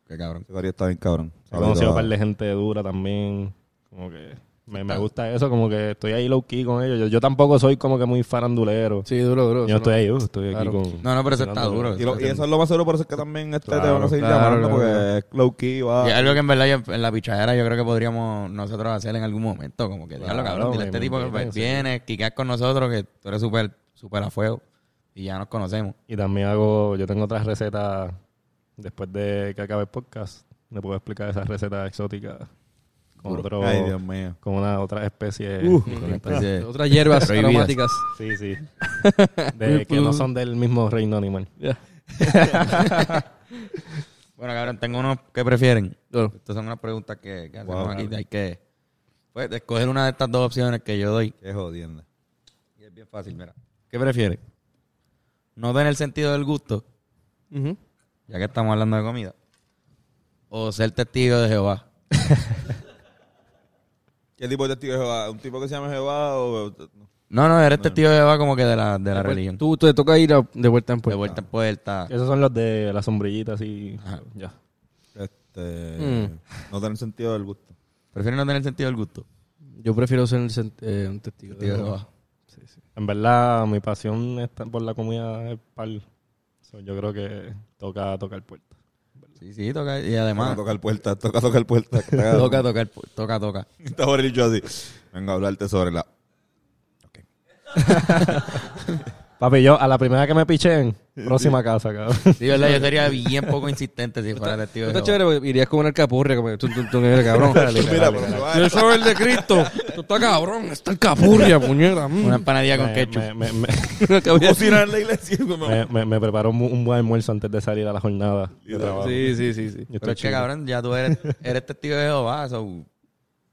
[SPEAKER 5] Qué cabrón.
[SPEAKER 1] Ese corillo está bien cabrón.
[SPEAKER 3] He conocido un par de gente dura también. Como que me, me gusta eso, como que estoy ahí low key con ellos. Yo, yo tampoco soy como que muy farandulero.
[SPEAKER 4] Sí, duro, duro.
[SPEAKER 3] yo
[SPEAKER 4] Eso
[SPEAKER 3] estoy
[SPEAKER 4] no-
[SPEAKER 3] ahí, uh, estoy aquí
[SPEAKER 4] Claro.
[SPEAKER 3] con.
[SPEAKER 5] No, no, pero eso está
[SPEAKER 3] tirando-
[SPEAKER 5] duro.
[SPEAKER 1] Y, lo- y eso es lo más seguro, por eso es que también este te
[SPEAKER 3] Claro,
[SPEAKER 1] van a seguir
[SPEAKER 4] claro,
[SPEAKER 1] llamando
[SPEAKER 4] claro,
[SPEAKER 1] porque
[SPEAKER 4] claro.
[SPEAKER 1] es low key,
[SPEAKER 3] Ah,
[SPEAKER 1] va.
[SPEAKER 5] Y es algo que en verdad yo- en la pichadera yo creo que podríamos nosotros hacer en algún momento. Como que, diablo,
[SPEAKER 3] Claro,
[SPEAKER 5] cabrón, dile a
[SPEAKER 3] me-
[SPEAKER 5] este
[SPEAKER 3] me
[SPEAKER 5] tipo que
[SPEAKER 3] invitan, sí.
[SPEAKER 5] viene, quiqueas con nosotros, que tú eres súper súper a fuego. Y ya nos conocemos.
[SPEAKER 3] Y también hago, yo tengo otras recetas después de que acabe el podcast. Le puedo explicar esas recetas exóticas con otro,
[SPEAKER 1] Ay, Dios mío.
[SPEAKER 3] con una otra especie.
[SPEAKER 5] Una especie de-
[SPEAKER 4] Otras hierbas
[SPEAKER 5] Prohibidas.
[SPEAKER 4] aromáticas.
[SPEAKER 3] Sí, sí. De que no son del mismo reino animal.
[SPEAKER 5] Bueno, cabrón, tengo unos que prefieren.
[SPEAKER 4] Duro.
[SPEAKER 5] Estas son unas preguntas que, que hacemos
[SPEAKER 1] Wow.
[SPEAKER 5] aquí. Hay que pues, escoger una de estas dos opciones que yo doy.
[SPEAKER 1] Qué jodienda.
[SPEAKER 5] Y es bien fácil, mira. ¿Qué prefieres? No tener sentido del gusto,
[SPEAKER 4] Ujú.
[SPEAKER 5] ya que estamos hablando de comida. O ser testigo de Jehová.
[SPEAKER 1] ¿Qué tipo de testigo es Jehová? ¿Un tipo que se llama Jehová o...? no?
[SPEAKER 5] No, no, eres testigo de Jehová como que de la, de la
[SPEAKER 4] Después
[SPEAKER 5] religión.
[SPEAKER 4] Pues, Tú, tú te toca ir a- de vuelta en
[SPEAKER 5] de
[SPEAKER 4] puerta.
[SPEAKER 5] vuelta en puerta.
[SPEAKER 3] Esos son los de las sombrillitas y
[SPEAKER 5] Ajá.
[SPEAKER 3] ya.
[SPEAKER 1] Este...
[SPEAKER 4] Mm.
[SPEAKER 1] No tiene sentido del gusto.
[SPEAKER 5] Prefiero no tener sentido del gusto.
[SPEAKER 4] Yo prefiero ser el sen- eh, un testigo. de Jehová.
[SPEAKER 3] En verdad, mi pasión está por la comida es pal. So, yo creo que toca tocar puerta.
[SPEAKER 5] Sí, sí, toca. Y
[SPEAKER 1] Toca
[SPEAKER 5] además,
[SPEAKER 1] tocar puertas, toca tocar puertas.
[SPEAKER 5] toca, toca, toca, toca.
[SPEAKER 1] Está por el yo así. Vengo a hablarte sobre la...
[SPEAKER 3] Papi, yo a la primera que me picheen, próxima casa, cabrón.
[SPEAKER 5] Sí, verdad, yo sería bien poco insistente si fuera testigo. de
[SPEAKER 4] Esto está chévere porque irías con el capurria, como tú, tú, tú eres cabrón.
[SPEAKER 1] Mira, pero se va.
[SPEAKER 4] Yo soy el de Cristo. Tú estás cabrón, está el capurria, puñera. mm.
[SPEAKER 5] Jehová. Una empanadilla con
[SPEAKER 3] Me,
[SPEAKER 5] ketchup.
[SPEAKER 3] me- me-
[SPEAKER 1] Cocinar en la iglesia. mamá.
[SPEAKER 3] me- me- me preparo un, un buen almuerzo antes de salir a la jornada de trabajo.
[SPEAKER 4] Sí, sí, sí, sí.
[SPEAKER 3] Yo estoy
[SPEAKER 5] Pero es que,
[SPEAKER 3] chido.
[SPEAKER 5] cabrón, ya tú eres, eres testigo de Jehová. so,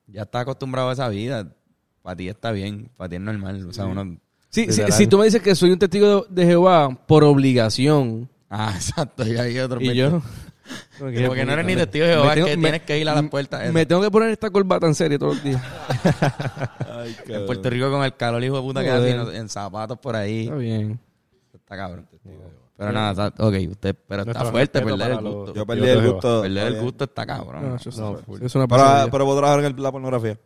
[SPEAKER 5] ya estás acostumbrado a esa vida. Para ti está bien, para ti es normal. O sea, uno...
[SPEAKER 4] Sí, sí,
[SPEAKER 3] Literal.
[SPEAKER 4] si tú me dices que soy un testigo de Jehová por obligación
[SPEAKER 5] Ah, exacto, ya hay otro
[SPEAKER 4] y
[SPEAKER 5] aspecto.
[SPEAKER 4] yo
[SPEAKER 5] Porque no eres ni testigo de Jehová,
[SPEAKER 4] Me tengo-
[SPEAKER 5] que
[SPEAKER 4] me-
[SPEAKER 5] tienes que ir a las puertas. esas.
[SPEAKER 4] me tengo que poner esta corbata en serio todos los días.
[SPEAKER 1] Ay,
[SPEAKER 5] En
[SPEAKER 1] cabrón.
[SPEAKER 5] Puerto Rico con el calor, hijo de puta, que
[SPEAKER 4] Joder.
[SPEAKER 5] hace en zapatos por ahí.
[SPEAKER 4] Está bien.
[SPEAKER 5] Está cabrón. Pero nada, está- ok, usted, pero está
[SPEAKER 3] Nuestro
[SPEAKER 5] fuerte
[SPEAKER 3] respeto
[SPEAKER 5] perder el
[SPEAKER 3] para los-
[SPEAKER 5] gusto.
[SPEAKER 1] Yo
[SPEAKER 3] Yo
[SPEAKER 1] perdí
[SPEAKER 3] te
[SPEAKER 1] el
[SPEAKER 3] veo.
[SPEAKER 1] gusto.
[SPEAKER 5] Perder el
[SPEAKER 1] Está bien.
[SPEAKER 5] gusto está cabrón.
[SPEAKER 4] No,
[SPEAKER 5] ¿no?
[SPEAKER 4] eso es- es una
[SPEAKER 1] Pero,
[SPEAKER 4] pasada.
[SPEAKER 1] pero puedo trabajar en el- la pornografía.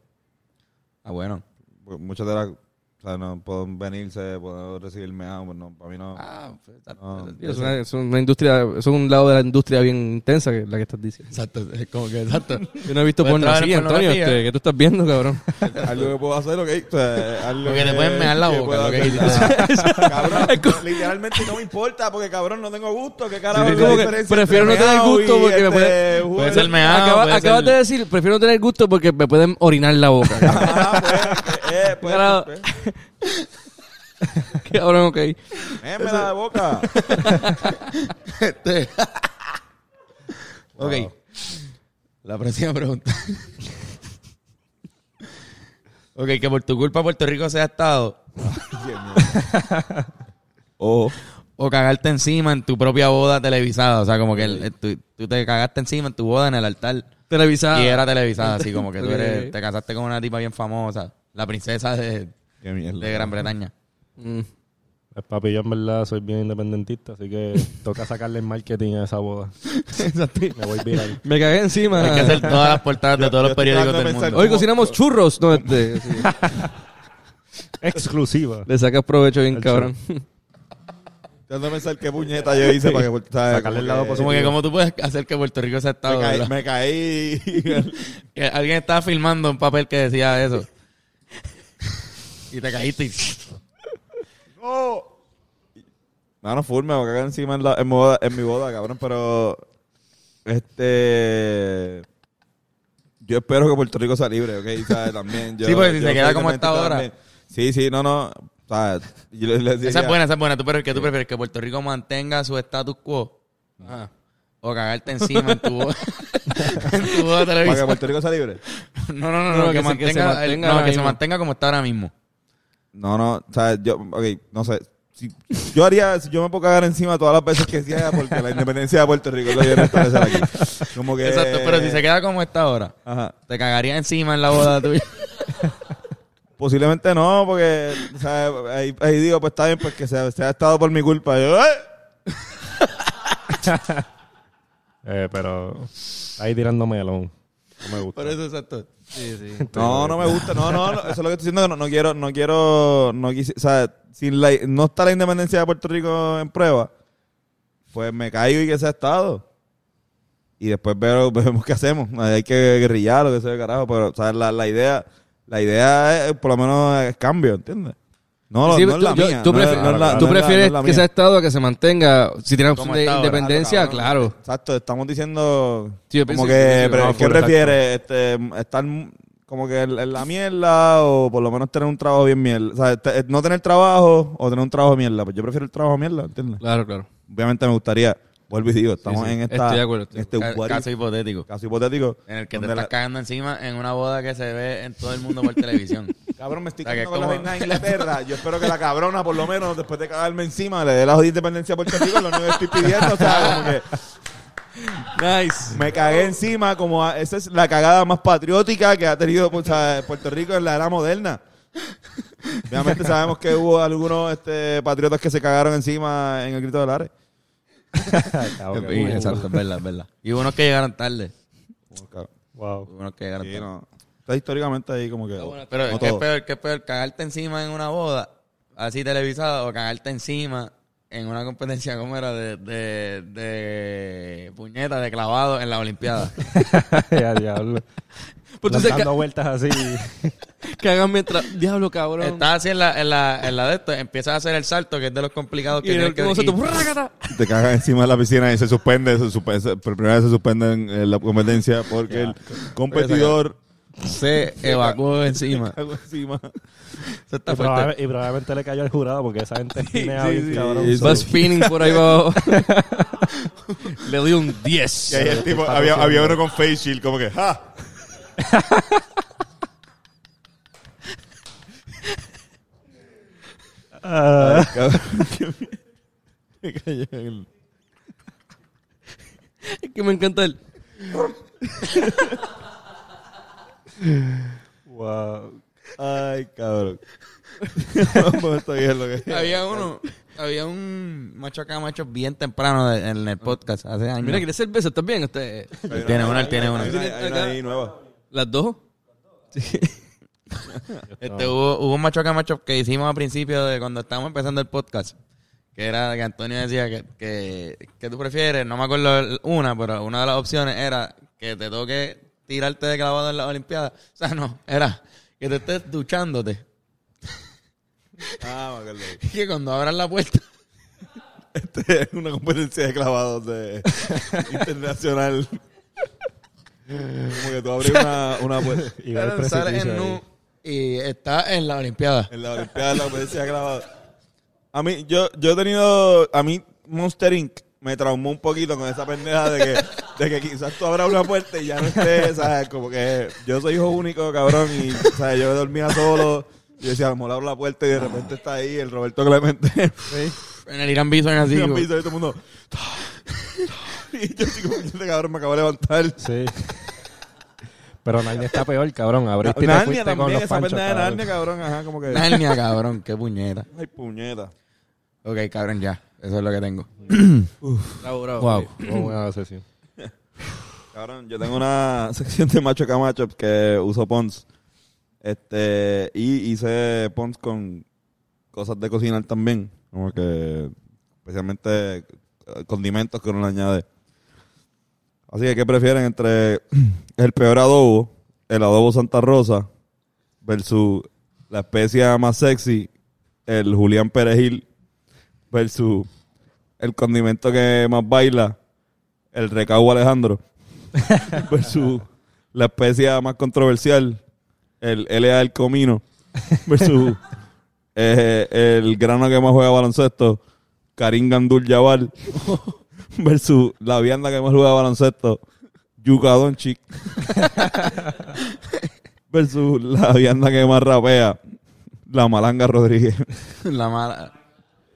[SPEAKER 5] Ah, bueno.
[SPEAKER 1] Porque Muchas de las. O sea, no pueden venirse, pueden recibirme ambos. pues No, para mí no.
[SPEAKER 5] Ah, pues, está-
[SPEAKER 1] No.
[SPEAKER 5] está-
[SPEAKER 4] Es una, es una industria, es un lado de la industria bien intensa que la que estás diciendo.
[SPEAKER 5] Exacto, es como que exacto.
[SPEAKER 4] Yo no he visto
[SPEAKER 5] Puedes
[SPEAKER 4] porno
[SPEAKER 5] trabajar
[SPEAKER 4] así,
[SPEAKER 5] en
[SPEAKER 4] Antonio.
[SPEAKER 5] pornografía.
[SPEAKER 4] Este, ¿Qué tú estás viendo, cabrón?
[SPEAKER 1] algo que puedo hacer, ok. O sea, algo
[SPEAKER 5] Porque te pueden mear la
[SPEAKER 1] que
[SPEAKER 5] boca,
[SPEAKER 1] pueda
[SPEAKER 5] lo que
[SPEAKER 1] hacer. Ah,
[SPEAKER 5] quisiste.
[SPEAKER 1] cabrón, literalmente no me importa porque cabrón no tengo gusto. ¿Qué carajo?
[SPEAKER 4] Sí,
[SPEAKER 1] es
[SPEAKER 4] como
[SPEAKER 1] la
[SPEAKER 4] que
[SPEAKER 1] diferencia
[SPEAKER 4] prefiero
[SPEAKER 1] entre
[SPEAKER 4] no tener
[SPEAKER 1] meao
[SPEAKER 4] gusto
[SPEAKER 1] y, este
[SPEAKER 4] porque me puede-
[SPEAKER 1] jugar?
[SPEAKER 5] puede ser meao.
[SPEAKER 4] Acaba-
[SPEAKER 5] puede
[SPEAKER 4] acabas
[SPEAKER 5] ser-
[SPEAKER 4] de decir, prefiero no tener gusto porque me pueden orinar la boca. cabrón.
[SPEAKER 1] Ah, pues, eh, pues,
[SPEAKER 4] Carajo.
[SPEAKER 1] pues,
[SPEAKER 4] cabrón, ok.
[SPEAKER 1] méeme la boca.
[SPEAKER 5] este. Ok. La próxima pregunta. ok, que por tu culpa Puerto Rico sea estado
[SPEAKER 1] Oh,
[SPEAKER 5] o cagarte encima en tu propia boda televisada. O sea, como que el- el- tú, tú te cagaste encima en tu boda en el altar
[SPEAKER 4] Televisada.
[SPEAKER 5] y era televisada. Así como que tú
[SPEAKER 4] Ok.
[SPEAKER 5] eres, te casaste con una tipa bien famosa, la princesa de,
[SPEAKER 1] qué mierda.
[SPEAKER 5] de Gran Bretaña.
[SPEAKER 4] Mm.
[SPEAKER 3] Pues, papi, yo en verdad soy bien independentista, así que toca sacarle el marketing a esa boda. Me voy viral.
[SPEAKER 4] Me cagué encima.
[SPEAKER 5] Hay que hacer todas las portadas de todos los periódicos del
[SPEAKER 1] tratando de
[SPEAKER 5] mundo.
[SPEAKER 4] Hoy cocinamos churros. No, este, sí.
[SPEAKER 3] Exclusiva.
[SPEAKER 4] Le sacas provecho bien,
[SPEAKER 3] El
[SPEAKER 4] cabrón.
[SPEAKER 1] Tratando de pensar qué puñeta yo hice para que. ¿sabes?
[SPEAKER 3] Sacarle el lado
[SPEAKER 1] Como que-
[SPEAKER 5] Como que, ¿cómo tú puedes hacer que Puerto Rico sea estado?
[SPEAKER 1] Me caí.
[SPEAKER 5] verdad?
[SPEAKER 1] Me caí.
[SPEAKER 5] Que Alguien estaba filmando un papel que decía eso. y te caíste. y-
[SPEAKER 1] ¡No! No, no, full, me voy a cagar encima en, la- en mi boda, en mi boda, cabrón, pero. Este. Yo espero que Puerto Rico sea libre, ¿ok? ¿Sabes? También. Yo,
[SPEAKER 5] Sí, porque si
[SPEAKER 1] yo
[SPEAKER 5] se queda
[SPEAKER 1] soy
[SPEAKER 5] como está
[SPEAKER 1] independentista
[SPEAKER 5] ahora.
[SPEAKER 1] también. Sí, sí, no, no. ¿Sabes? Yo les- les
[SPEAKER 5] Esa
[SPEAKER 1] diría-
[SPEAKER 5] es buena, esa es buena. ¿Tú, prefieres- ¿Qué tú prefieres? ¿Que Puerto Rico mantenga su status quo? Ah. O cagarte encima en tu voz. en tu voz
[SPEAKER 1] Para que
[SPEAKER 5] de televisión.
[SPEAKER 1] Puerto Rico sea libre.
[SPEAKER 5] No, no, no, no,
[SPEAKER 4] No, no,
[SPEAKER 5] que,
[SPEAKER 4] que se- que se
[SPEAKER 5] mantenga,
[SPEAKER 4] mantenga
[SPEAKER 5] no,
[SPEAKER 4] ahora
[SPEAKER 5] que se
[SPEAKER 4] mismo.
[SPEAKER 5] mantenga como está ahora mismo.
[SPEAKER 1] No, no, ¿sabes? Yo, ok, no sé. Si- yo haría, si yo me puedo cagar encima todas las veces que sea, porque la independencia de Puerto Rico lo voy a restablecer aquí. Como que.
[SPEAKER 5] Exacto, pero si se queda como está ahora,
[SPEAKER 1] Ajá.
[SPEAKER 5] te cagaría encima en la boda tuya.
[SPEAKER 1] Posiblemente no, porque o sea, ahí, ahí digo, pues está bien, pues que se, se ha estado por mi culpa. Yo, ¡eh!
[SPEAKER 3] Eh, pero ahí tirando melón. No me gusta.
[SPEAKER 5] Por eso, exacto.
[SPEAKER 1] No, no me gusta, no, no, no, eso es lo que estoy diciendo, que no, no quiero, no quiero, no quise, o sea, sin la, no está la independencia de Puerto Rico en prueba, pues me caigo y que se ha estado. Y después veo- vemos qué hacemos, hay que guerrillar o que sea carajo, pero o sea, la, la idea, la idea es, por lo menos es cambio, ¿entiendes? No,
[SPEAKER 4] Sí,
[SPEAKER 1] no es la
[SPEAKER 4] tú- yo-
[SPEAKER 1] mía.
[SPEAKER 4] tú
[SPEAKER 1] no es-
[SPEAKER 4] prefieres-
[SPEAKER 1] no es la- no es
[SPEAKER 4] Tú
[SPEAKER 1] la- no
[SPEAKER 4] prefieres
[SPEAKER 1] es la
[SPEAKER 4] que
[SPEAKER 1] mía.
[SPEAKER 4] sea Estado a que se mantenga. Si tiene opción
[SPEAKER 5] Como
[SPEAKER 4] de
[SPEAKER 5] está ahora,
[SPEAKER 4] independencia, claro.
[SPEAKER 1] Exacto, estamos diciendo
[SPEAKER 4] Sí, yo
[SPEAKER 1] como
[SPEAKER 4] pienso
[SPEAKER 1] que,
[SPEAKER 4] que-
[SPEAKER 1] pre-
[SPEAKER 3] no,
[SPEAKER 1] ¿qué
[SPEAKER 3] full,
[SPEAKER 1] prefieres? Este, estar como que en en la mierda o por lo menos tener un trabajo bien mierda. O sea, este, eh, no tener trabajo o tener un trabajo mierda. Pues yo prefiero el trabajo mierda, ¿entiendes?
[SPEAKER 4] Claro, claro.
[SPEAKER 1] Obviamente me gustaría, vuelvo y digo, estamos
[SPEAKER 4] sí.
[SPEAKER 1] en esta,
[SPEAKER 4] Estoy de acuerdo, estoy
[SPEAKER 1] en este
[SPEAKER 5] Ca-
[SPEAKER 1] what if,
[SPEAKER 5] Caso hipotético.
[SPEAKER 1] caso hipotético.
[SPEAKER 5] En el que te
[SPEAKER 1] donde
[SPEAKER 5] estás
[SPEAKER 1] la-
[SPEAKER 5] cagando encima en una boda que se ve en todo el mundo por televisión.
[SPEAKER 1] Cabrón, me estoy
[SPEAKER 5] O sea, que
[SPEAKER 1] cagando con la
[SPEAKER 5] como-
[SPEAKER 1] reina de Inglaterra. Yo espero que la cabrona, por lo menos, después de cagarme encima, le dé la jodida independencia a Puerto Rico. Lo único que estoy pidiendo, o sea, como que...
[SPEAKER 4] Nice.
[SPEAKER 1] Me cagué encima, como a- esa es la cagada más patriótica que ha tenido pues, a- Puerto Rico en la era moderna. Obviamente sabemos que hubo algunos este, patriotas que se cagaron encima en el grito de Lares.
[SPEAKER 3] Cabrón,
[SPEAKER 5] Sí,
[SPEAKER 3] uh,
[SPEAKER 5] Exacto, es verdad, es verdad. Y unos que llegaron tarde.
[SPEAKER 1] Como que-
[SPEAKER 3] Wow.
[SPEAKER 5] Hubo Unos que llegaron
[SPEAKER 1] Oh, sí,
[SPEAKER 5] tarde.
[SPEAKER 1] no. Está históricamente ahí como que...
[SPEAKER 5] Pero
[SPEAKER 1] como
[SPEAKER 5] ¿qué es
[SPEAKER 1] todo.
[SPEAKER 5] peor? ¿Qué es peor? ¿Cagarte encima en una boda así televisada o cagarte encima en una competencia como era de, de, de puñeta, de clavado en la Olimpiada?
[SPEAKER 3] ya, diablo.
[SPEAKER 4] Pues tú sabes
[SPEAKER 3] dando
[SPEAKER 4] que,
[SPEAKER 3] vueltas así.
[SPEAKER 4] que hagan mientras. Diablo, cabrón.
[SPEAKER 5] Estás así en la, en, la, en la de esto, empiezas a hacer el salto, que es de los complicados que
[SPEAKER 4] y en el
[SPEAKER 5] tienes que
[SPEAKER 4] último se
[SPEAKER 5] y-
[SPEAKER 4] tú- ¡Rácata!
[SPEAKER 1] Te cagan encima de la piscina y se suspende, se suspende se- por primera vez se suspende en, eh, la competencia porque el competidor
[SPEAKER 5] se evacuó encima.
[SPEAKER 1] cagó encima.
[SPEAKER 5] Eso está
[SPEAKER 3] y,
[SPEAKER 5] fuerte.
[SPEAKER 3] probable- y probablemente le cayó al jurado porque esa gente es pinea bien cabrón.
[SPEAKER 1] sí.
[SPEAKER 3] So,
[SPEAKER 4] Va spinning por ahí abajo. Le doy un 10.
[SPEAKER 1] Y ahí el tipo, había, había uno con face shield, como que, ¡ja!
[SPEAKER 3] ah,
[SPEAKER 1] Cabrón, qué mierda. Me cayó en el-
[SPEAKER 4] Es que me encanta él.
[SPEAKER 3] wow.
[SPEAKER 1] Ay, cabrón. Vamos, esto bien lo que
[SPEAKER 5] Había uno, había un macho acá, macho bien temprano de- en el podcast, hace años.
[SPEAKER 4] Mira, ¿quiere cerveza? ¿Estás bien? Usted-
[SPEAKER 5] tiene una, él tiene una.
[SPEAKER 1] Hay una, hay una ahí nueva.
[SPEAKER 4] este, ¿Las dos?
[SPEAKER 5] Este, hubo, hubo un macho acá, macho que hicimos al principio de cuando estábamos empezando el podcast. Que era que Antonio decía que, que, que tú prefieres, no me acuerdo el- una, pero una de las opciones era que te toque tirarte de clavado en las Olimpiadas. O sea, no, era que te estés duchándote.
[SPEAKER 1] Ah, me acuerdo.
[SPEAKER 5] Y que cuando abras la puerta,
[SPEAKER 1] Este es una competencia de clavados de internacional. Como que tú abres una, una puerta.
[SPEAKER 3] Y va el
[SPEAKER 5] sales
[SPEAKER 3] precipicio
[SPEAKER 5] en
[SPEAKER 3] ahí.
[SPEAKER 5] nu y estás en la Olimpiada.
[SPEAKER 1] En la Olimpiada de la competencia de clavados. A mí, yo, yo he tenido. A mí, Monster Inc. me traumó un poquito con esa pendeja de que, de que quizás tú abras una puerta y ya no estés, ¿sabes? Como que yo soy hijo único, cabrón, y, ¿sabes? Yo dormía solo. Y yo decía, a lo mejor abro la puerta y de repente está ahí el Roberto Clemente.
[SPEAKER 5] En el Irán Bison así.
[SPEAKER 1] Y han
[SPEAKER 5] como-
[SPEAKER 1] visto y todo el mundo. Y yo así como, este cabrón me acabo de levantar.
[SPEAKER 3] Sí. Pero Narnia está peor, cabrón. Abriste y te
[SPEAKER 1] Narnia
[SPEAKER 3] fuiste con
[SPEAKER 1] también,
[SPEAKER 3] los
[SPEAKER 1] esa
[SPEAKER 3] panchos,
[SPEAKER 1] pendeja de Narnia,
[SPEAKER 3] cabrón.
[SPEAKER 1] cabrón, ajá, como que.
[SPEAKER 5] Narnia, cabrón, qué puñeta.
[SPEAKER 1] Ay, puñeta.
[SPEAKER 5] Ok, cabrón, ya. Eso es lo que tengo.
[SPEAKER 4] Bravo, bravo.
[SPEAKER 5] Wow.
[SPEAKER 3] Muy buena sesión.
[SPEAKER 1] Cabrón, yo tengo una sección de macho camacho que uso Pons. Este, y hice Pons con cosas de cocinar también. Como que, especialmente eh, condimentos que uno le añade. Así que, ¿qué prefieren entre el peor adobo, el adobo Santa Rosa, versus la especia más sexy, el Julián Perejil, versus el condimento que más baila, el recaudo Alejandro? versus la especia más controversial, el LA del comino, versus eh, el grano que más juega baloncesto, Karim Gandul Jabal, versus la vianda que más juega baloncesto, Yuka Doncic, versus la vianda que más rapea, la malanga Rodríguez.
[SPEAKER 5] La mala.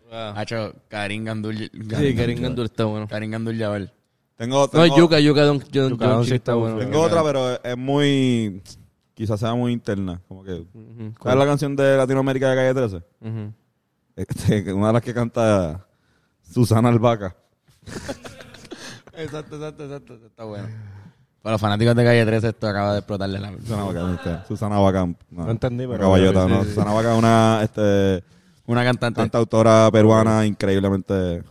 [SPEAKER 4] Wow.
[SPEAKER 5] Hacho, Karim Gandul.
[SPEAKER 4] Sí, Karim Gandul está bueno.
[SPEAKER 5] Karim Gandul Yabal.
[SPEAKER 1] Tengo,
[SPEAKER 4] No,
[SPEAKER 1] tengo,
[SPEAKER 4] Yuka, Yuka, Don, Don,
[SPEAKER 3] Yuka, Don
[SPEAKER 4] Don
[SPEAKER 3] sí
[SPEAKER 4] está
[SPEAKER 3] está
[SPEAKER 4] bueno.
[SPEAKER 1] tengo otra, pero es muy... Quizás sea muy interna. Como que,
[SPEAKER 4] Ujú,
[SPEAKER 1] ¿Cuál es la canción de Latinoamérica de Calle 13?
[SPEAKER 4] ujú.
[SPEAKER 1] Este, una de las que canta Susana Albaca.
[SPEAKER 5] Exacto, exacto, exacto. eso Está bueno. Para los fanáticos de Calle 13 esto acaba de explotarle la
[SPEAKER 1] Susana Bacán, este, Susana Bacán.
[SPEAKER 3] No entendí,
[SPEAKER 1] una
[SPEAKER 3] pero-
[SPEAKER 1] caballota,
[SPEAKER 3] sí,
[SPEAKER 1] ¿no?
[SPEAKER 3] sí.
[SPEAKER 1] Susana Bacán es una este,
[SPEAKER 5] Una cantante.
[SPEAKER 1] cantautora peruana increíblemente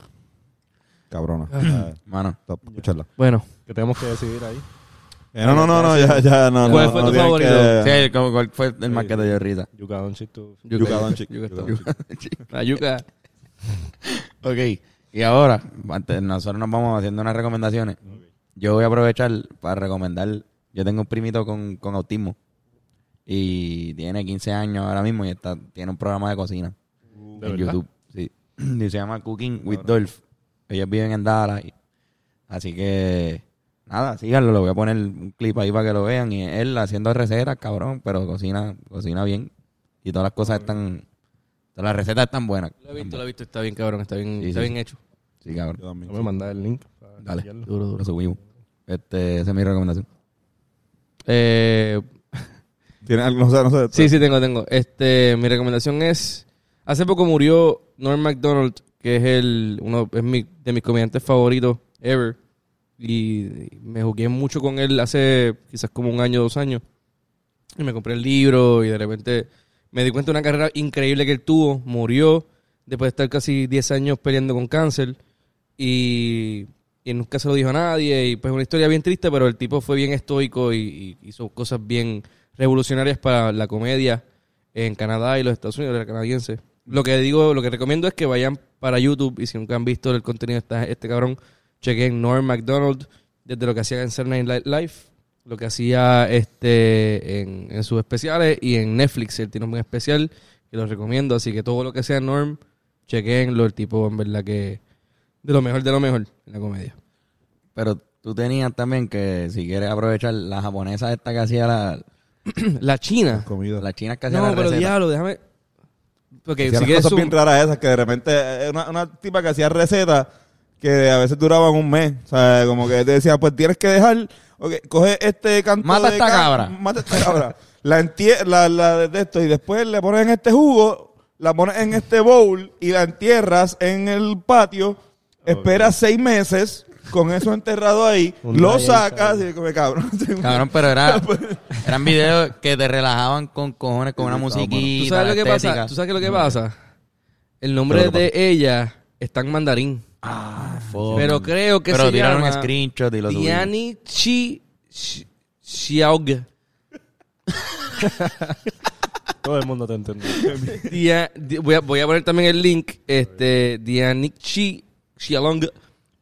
[SPEAKER 1] cabrona. Eh,
[SPEAKER 5] Mano.
[SPEAKER 1] top, escucharla.
[SPEAKER 4] Bueno,
[SPEAKER 3] ¿Qué tenemos que decidir ahí?
[SPEAKER 1] Eh, no, no, no, no, ya, ya, no.
[SPEAKER 4] ¿Cuál
[SPEAKER 1] no,
[SPEAKER 4] fue
[SPEAKER 1] no
[SPEAKER 4] tu
[SPEAKER 1] tienen
[SPEAKER 4] favorito?
[SPEAKER 5] Sí,
[SPEAKER 1] que-
[SPEAKER 5] el- como- ¿cuál fue el más que te dio risa?
[SPEAKER 3] Yuka Doncic, tú.
[SPEAKER 4] Yuka,
[SPEAKER 1] Yuka Doncic.
[SPEAKER 4] Yuka está
[SPEAKER 1] Yuka
[SPEAKER 4] bueno. La Ah, Yuka.
[SPEAKER 5] Ok. Y ahora, antes, nosotros nos vamos haciendo unas recomendaciones. Yo voy a aprovechar para recomendar. Yo tengo un primito con, con autismo. Y tiene 15 años ahora mismo y está, tiene un programa de cocina.
[SPEAKER 3] ¿De
[SPEAKER 5] en
[SPEAKER 3] verdad?
[SPEAKER 5] YouTube. Sí. Y se llama Cooking with Dolph. Ellos viven en Dallas. y- Así que, nada, síganlo. Le voy a poner un clip ahí para que lo vean. Y él haciendo recetas, cabrón, pero cocina, cocina bien. Y todas las cosas están, todas las recetas están buenas.
[SPEAKER 4] Lo he visto, lo he visto. Está bien, cabrón. Está bien,
[SPEAKER 5] Sí,
[SPEAKER 4] está
[SPEAKER 5] sí.
[SPEAKER 4] bien hecho.
[SPEAKER 5] Sí, cabrón.
[SPEAKER 1] Yo
[SPEAKER 3] No
[SPEAKER 1] también,
[SPEAKER 3] me mandas el link. para
[SPEAKER 5] Dale.
[SPEAKER 3] chequearlo.
[SPEAKER 4] Duro,
[SPEAKER 5] Lo
[SPEAKER 4] duro.
[SPEAKER 5] subimos. Este, esa es mi recomendación.
[SPEAKER 4] Eh,
[SPEAKER 1] sí. ¿Tiene algo? No sé, no sé.
[SPEAKER 4] sí, sí, tengo, tengo. Este, mi recomendación es... Hace poco murió Norm MacDonald, que es el uno es mi, de mis comediantes favoritos ever. Y me jugué mucho con él hace quizás como un año, dos años. Y me compré el libro y de repente me di cuenta de una carrera increíble que él tuvo. Murió después de estar casi 10 años peleando con cáncer. Y, y nunca se lo dijo a nadie. Y pues una historia bien triste, pero el tipo fue bien estoico y, y hizo cosas bien revolucionarias para la comedia en Canadá y los Estados Unidos, era canadiense. Lo que digo, lo que recomiendo es que vayan para YouTube y si nunca han visto el contenido de esta- este cabrón, chequen Norm MacDonald desde lo que hacía en Saturday Night Live, lo que hacía este en, en sus especiales y en Netflix. Él tiene un especial que lo recomiendo. Así que todo lo que sea Norm, chequenlo. El tipo, en verdad, que de lo mejor de lo mejor en la comedia.
[SPEAKER 5] Pero tú tenías también que, si quieres aprovechar, la japonesa esta que hacía la...
[SPEAKER 4] La China.
[SPEAKER 1] Comida.
[SPEAKER 5] La china que hacía
[SPEAKER 4] No,
[SPEAKER 5] la
[SPEAKER 4] pero
[SPEAKER 5] receta.
[SPEAKER 4] diablo, déjame. Porque
[SPEAKER 1] Hacían
[SPEAKER 4] si quieres.
[SPEAKER 1] cosas
[SPEAKER 4] zoom-
[SPEAKER 1] bien raras esas que de repente eh, una, una tipa que hacía recetas que a veces duraban un mes. O sea, como que te decía, pues tienes que dejar, ok, coge este canto
[SPEAKER 5] Mata
[SPEAKER 1] de
[SPEAKER 5] esta
[SPEAKER 1] ca-
[SPEAKER 5] cabra.
[SPEAKER 1] Mata esta cabra. la, entie- la, la de- de esto y después le pones en este jugo, la pones en este bowl y la entierras en el patio. Esperas seis meses con eso enterrado ahí,
[SPEAKER 3] Un
[SPEAKER 1] lo
[SPEAKER 3] rayo,
[SPEAKER 1] sacas y como cabrón.
[SPEAKER 5] Cabrón, pero era,
[SPEAKER 4] Pues,
[SPEAKER 5] eran videos que te relajaban con cojones, con una musiquita,
[SPEAKER 4] ¿Tú sabes lo que pasa?
[SPEAKER 5] estética.
[SPEAKER 4] ¿Tú sabes qué es lo que pasa? El nombre de ella está en mandarín.
[SPEAKER 5] Fuck.
[SPEAKER 4] Pero creo que
[SPEAKER 5] Pero
[SPEAKER 4] se
[SPEAKER 5] tiraron
[SPEAKER 4] llama
[SPEAKER 5] un screenshot y lo subieron.
[SPEAKER 4] Diani Chi Chi- Xiaog.
[SPEAKER 3] Todo el mundo te entendió.
[SPEAKER 4] Dia- di- voy, a, voy a poner también el link. Este, Diani Chi Xiaolong.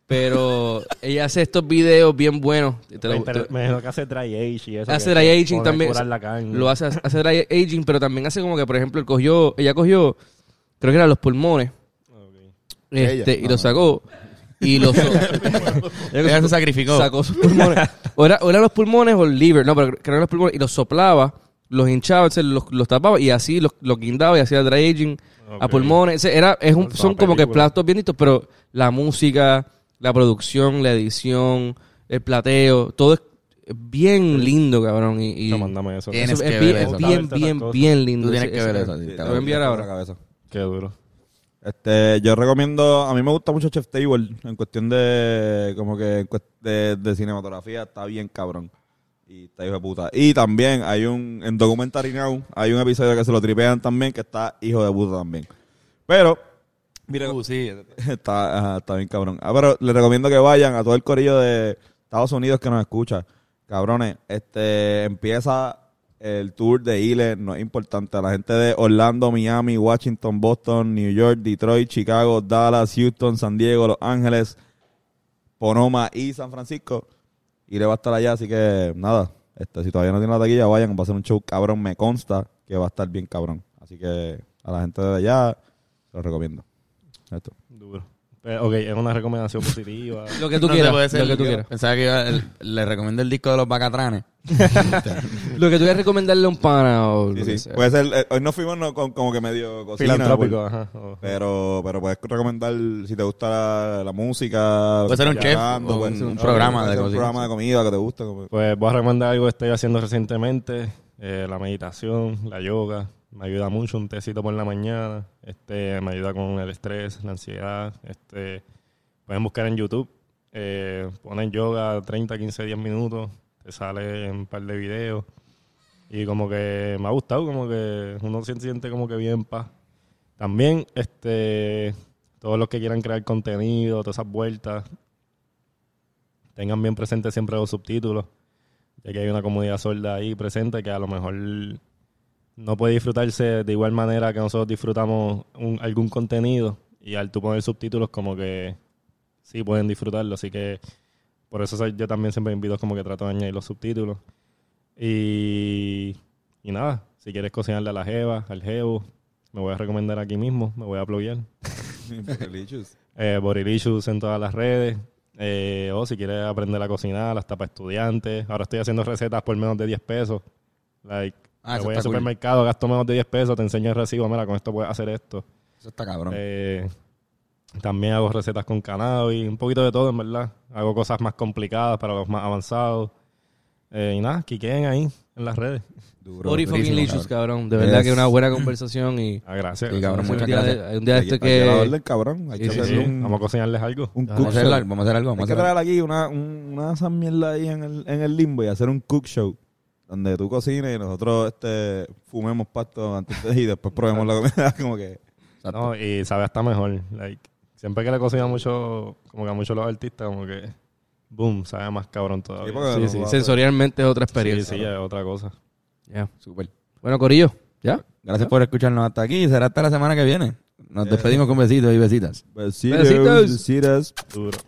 [SPEAKER 4] Pero ella hace estos videos bien buenos. Te lo-
[SPEAKER 3] Me inter-
[SPEAKER 4] te-
[SPEAKER 3] me dijo que hace dry age y eso.
[SPEAKER 4] hace
[SPEAKER 3] que-
[SPEAKER 4] dry
[SPEAKER 3] que
[SPEAKER 4] aging
[SPEAKER 3] pone a
[SPEAKER 4] también.
[SPEAKER 3] curar la carne.
[SPEAKER 4] Lo hace, hace dry aging, pero también hace como que, por ejemplo, él cogió, ella cogió, creo que eran los pulmones, este,
[SPEAKER 1] Ella,
[SPEAKER 4] y los sacó. Y los
[SPEAKER 5] Ella se sacrificó.
[SPEAKER 4] sacó sus pulmones. O era, o eran los pulmones o el liver, no, pero creo que eran los pulmones, y los soplaba, los hinchaba, se los, los tapaba y así los, los guindaba y hacía dry aging a
[SPEAKER 3] Ok.
[SPEAKER 4] pulmones. Ese Era, es un-
[SPEAKER 3] Una
[SPEAKER 4] son como que
[SPEAKER 3] película.
[SPEAKER 4] platos bien listos, pero la música, la producción, la edición, el plateo, todo es bien lindo, cabrón. Y, y-
[SPEAKER 3] Chacho, mándame eso.
[SPEAKER 5] Tienes
[SPEAKER 4] eso es
[SPEAKER 5] que
[SPEAKER 4] bien,
[SPEAKER 5] ver
[SPEAKER 4] es
[SPEAKER 5] eso.
[SPEAKER 4] bien,
[SPEAKER 3] Todas esas
[SPEAKER 4] bien,
[SPEAKER 3] cosas.
[SPEAKER 4] bien lindo.
[SPEAKER 5] Tú tienes
[SPEAKER 4] ese-
[SPEAKER 5] que ver
[SPEAKER 4] ese-
[SPEAKER 5] eso. así,
[SPEAKER 4] Te lo voy a
[SPEAKER 5] cabrón.
[SPEAKER 4] enviar ahora.
[SPEAKER 3] Qué duro.
[SPEAKER 1] Este, yo recomiendo, a mí me gusta mucho Chef Table en cuestión de como que en cues- de, de cinematografía está bien cabrón. Y está hijo de puta. Y también hay un en Documentary Now hay un episodio que se lo tripean también que está hijo de puta también. Pero
[SPEAKER 5] Mira, uh, sí.
[SPEAKER 1] está, ajá, está bien cabrón. Ah, pero les recomiendo que vayan a todo el corillo de Estados Unidos que nos escucha. Cabrones, este empieza el tour de Ile, no es importante. La gente de Orlando, Miami, Washington, Boston, New York, Detroit, Chicago, Dallas, Houston, San Diego, Los Ángeles, Ponoma y San Francisco. Ile va a estar allá, así que nada. Este, si todavía no tienen la taquilla, vayan. Va a ser un show cabrón, me consta que va a estar bien cabrón. Así que a la gente de allá, se lo recomiendo. Esto.
[SPEAKER 3] Duro. Eh, ok, es una recomendación positiva.
[SPEAKER 4] Lo que tú quieras. Lo que tú quieras.
[SPEAKER 5] Pensaba que iba- el- le recomiendo el disco de los Bacatranes.
[SPEAKER 4] Lo que tú quieras recomendarle a un pana o
[SPEAKER 1] Sí,
[SPEAKER 4] lo que
[SPEAKER 1] sí.
[SPEAKER 4] sea.
[SPEAKER 1] Puede ser, eh, hoy nos fuimos no, con- como que medio cocina.
[SPEAKER 3] Filantrópico,
[SPEAKER 1] pues.
[SPEAKER 3] ajá. o-
[SPEAKER 1] pero, pero puedes recomendar si te gusta la, la música.
[SPEAKER 5] Puede ser un chef o
[SPEAKER 1] puede
[SPEAKER 5] un-
[SPEAKER 1] ser
[SPEAKER 5] un programa
[SPEAKER 1] puede
[SPEAKER 5] de
[SPEAKER 1] ser un
[SPEAKER 5] cocina.
[SPEAKER 1] programa de comida que te guste. como-
[SPEAKER 3] Pues voy a recomendar algo que estoy haciendo recientemente, eh, la meditación, la yoga, me ayuda mucho, un tecito por la mañana, este, me ayuda con el estrés, la ansiedad, este, pueden buscar en YouTube, eh, ponen yoga 30, 15, 10 minutos, te sale un par de videos y como que me ha gustado, como que uno se siente como que bien en paz. También, este, todos los que quieran crear contenido, todas esas vueltas, tengan bien presente siempre los subtítulos, ya que hay una comunidad sorda ahí presente que a lo mejor no puede disfrutarse de igual manera que nosotros disfrutamos un- algún contenido y al tú poner subtítulos como que sí pueden disfrutarlo, así que por eso soy- yo también siempre invito como que trato de añadir los subtítulos. Y, y nada, si quieres cocinarle a la jeva, al jevo, me voy a recomendar aquí mismo, me voy a pluguear
[SPEAKER 1] Delicious.
[SPEAKER 3] eh, Borilicious en todas las redes. Eh, o si quieres aprender a cocinar, hasta para estudiantes. Ahora estoy haciendo recetas por menos de 10 pesos. Like,
[SPEAKER 5] Ah,
[SPEAKER 3] me
[SPEAKER 5] eso
[SPEAKER 3] voy
[SPEAKER 5] está
[SPEAKER 3] al
[SPEAKER 5] cool.
[SPEAKER 3] supermercado, gasto menos de 10 pesos, te enseño el recibo. Mira, con esto puedes hacer esto.
[SPEAKER 5] Eso está cabrón.
[SPEAKER 3] Eh, también hago recetas con cannabis, un poquito de todo, en verdad. Hago cosas más complicadas para los más avanzados. Eh, y nada, quiquen ahí en las redes.
[SPEAKER 1] Duro.
[SPEAKER 4] Body fucking
[SPEAKER 1] durísimo,
[SPEAKER 4] licious,
[SPEAKER 1] cabrón.
[SPEAKER 4] cabrón. De verdad
[SPEAKER 1] Yes.
[SPEAKER 4] que una buena conversación y...
[SPEAKER 3] Ah, gracias.
[SPEAKER 5] Sí, cabrón,
[SPEAKER 4] Hay
[SPEAKER 5] muchas
[SPEAKER 4] un día
[SPEAKER 5] gracias.
[SPEAKER 4] de- hay un día de
[SPEAKER 1] Hay que-
[SPEAKER 4] esto
[SPEAKER 1] hay que
[SPEAKER 4] que...
[SPEAKER 1] orden, cabrón. Hay
[SPEAKER 4] Sí,
[SPEAKER 1] que
[SPEAKER 4] sí,
[SPEAKER 1] hacer
[SPEAKER 3] Sí,
[SPEAKER 1] un,
[SPEAKER 3] Vamos a cocinarles algo.
[SPEAKER 1] un cook
[SPEAKER 5] Vamos a, hacer,
[SPEAKER 1] show.
[SPEAKER 5] algo, vamos a hacer algo.
[SPEAKER 1] Hay
[SPEAKER 5] Vamos a
[SPEAKER 1] que
[SPEAKER 5] hacer algo.
[SPEAKER 1] traer aquí una, un, una de esas mierdas ahí en el, en el limbo y hacer un cook show. Donde tú cocines y nosotros este, fumemos pasto antes de- y después probemos la comida. Como que.
[SPEAKER 5] Exacto.
[SPEAKER 3] No, y sabe hasta mejor. Like, si Siempre que le cocina mucho, como que a muchos los artistas, como que, boom, sabe más cabrón todavía.
[SPEAKER 1] Sí, porque
[SPEAKER 4] Sí,
[SPEAKER 1] no
[SPEAKER 4] sí.
[SPEAKER 1] va a-
[SPEAKER 4] Sensorialmente es otra
[SPEAKER 3] sí,
[SPEAKER 4] experiencia.
[SPEAKER 3] sí, es otra cosa.
[SPEAKER 4] Yeah.
[SPEAKER 5] Super.
[SPEAKER 4] Bueno, Corillo, ¿ya?
[SPEAKER 5] Gracias por escucharnos hasta aquí. Será hasta la semana que viene. Nos
[SPEAKER 1] Eh.
[SPEAKER 5] despedimos con besitos y besitas.
[SPEAKER 1] Besitos,
[SPEAKER 4] Besitos.
[SPEAKER 1] besitas.
[SPEAKER 3] Duro.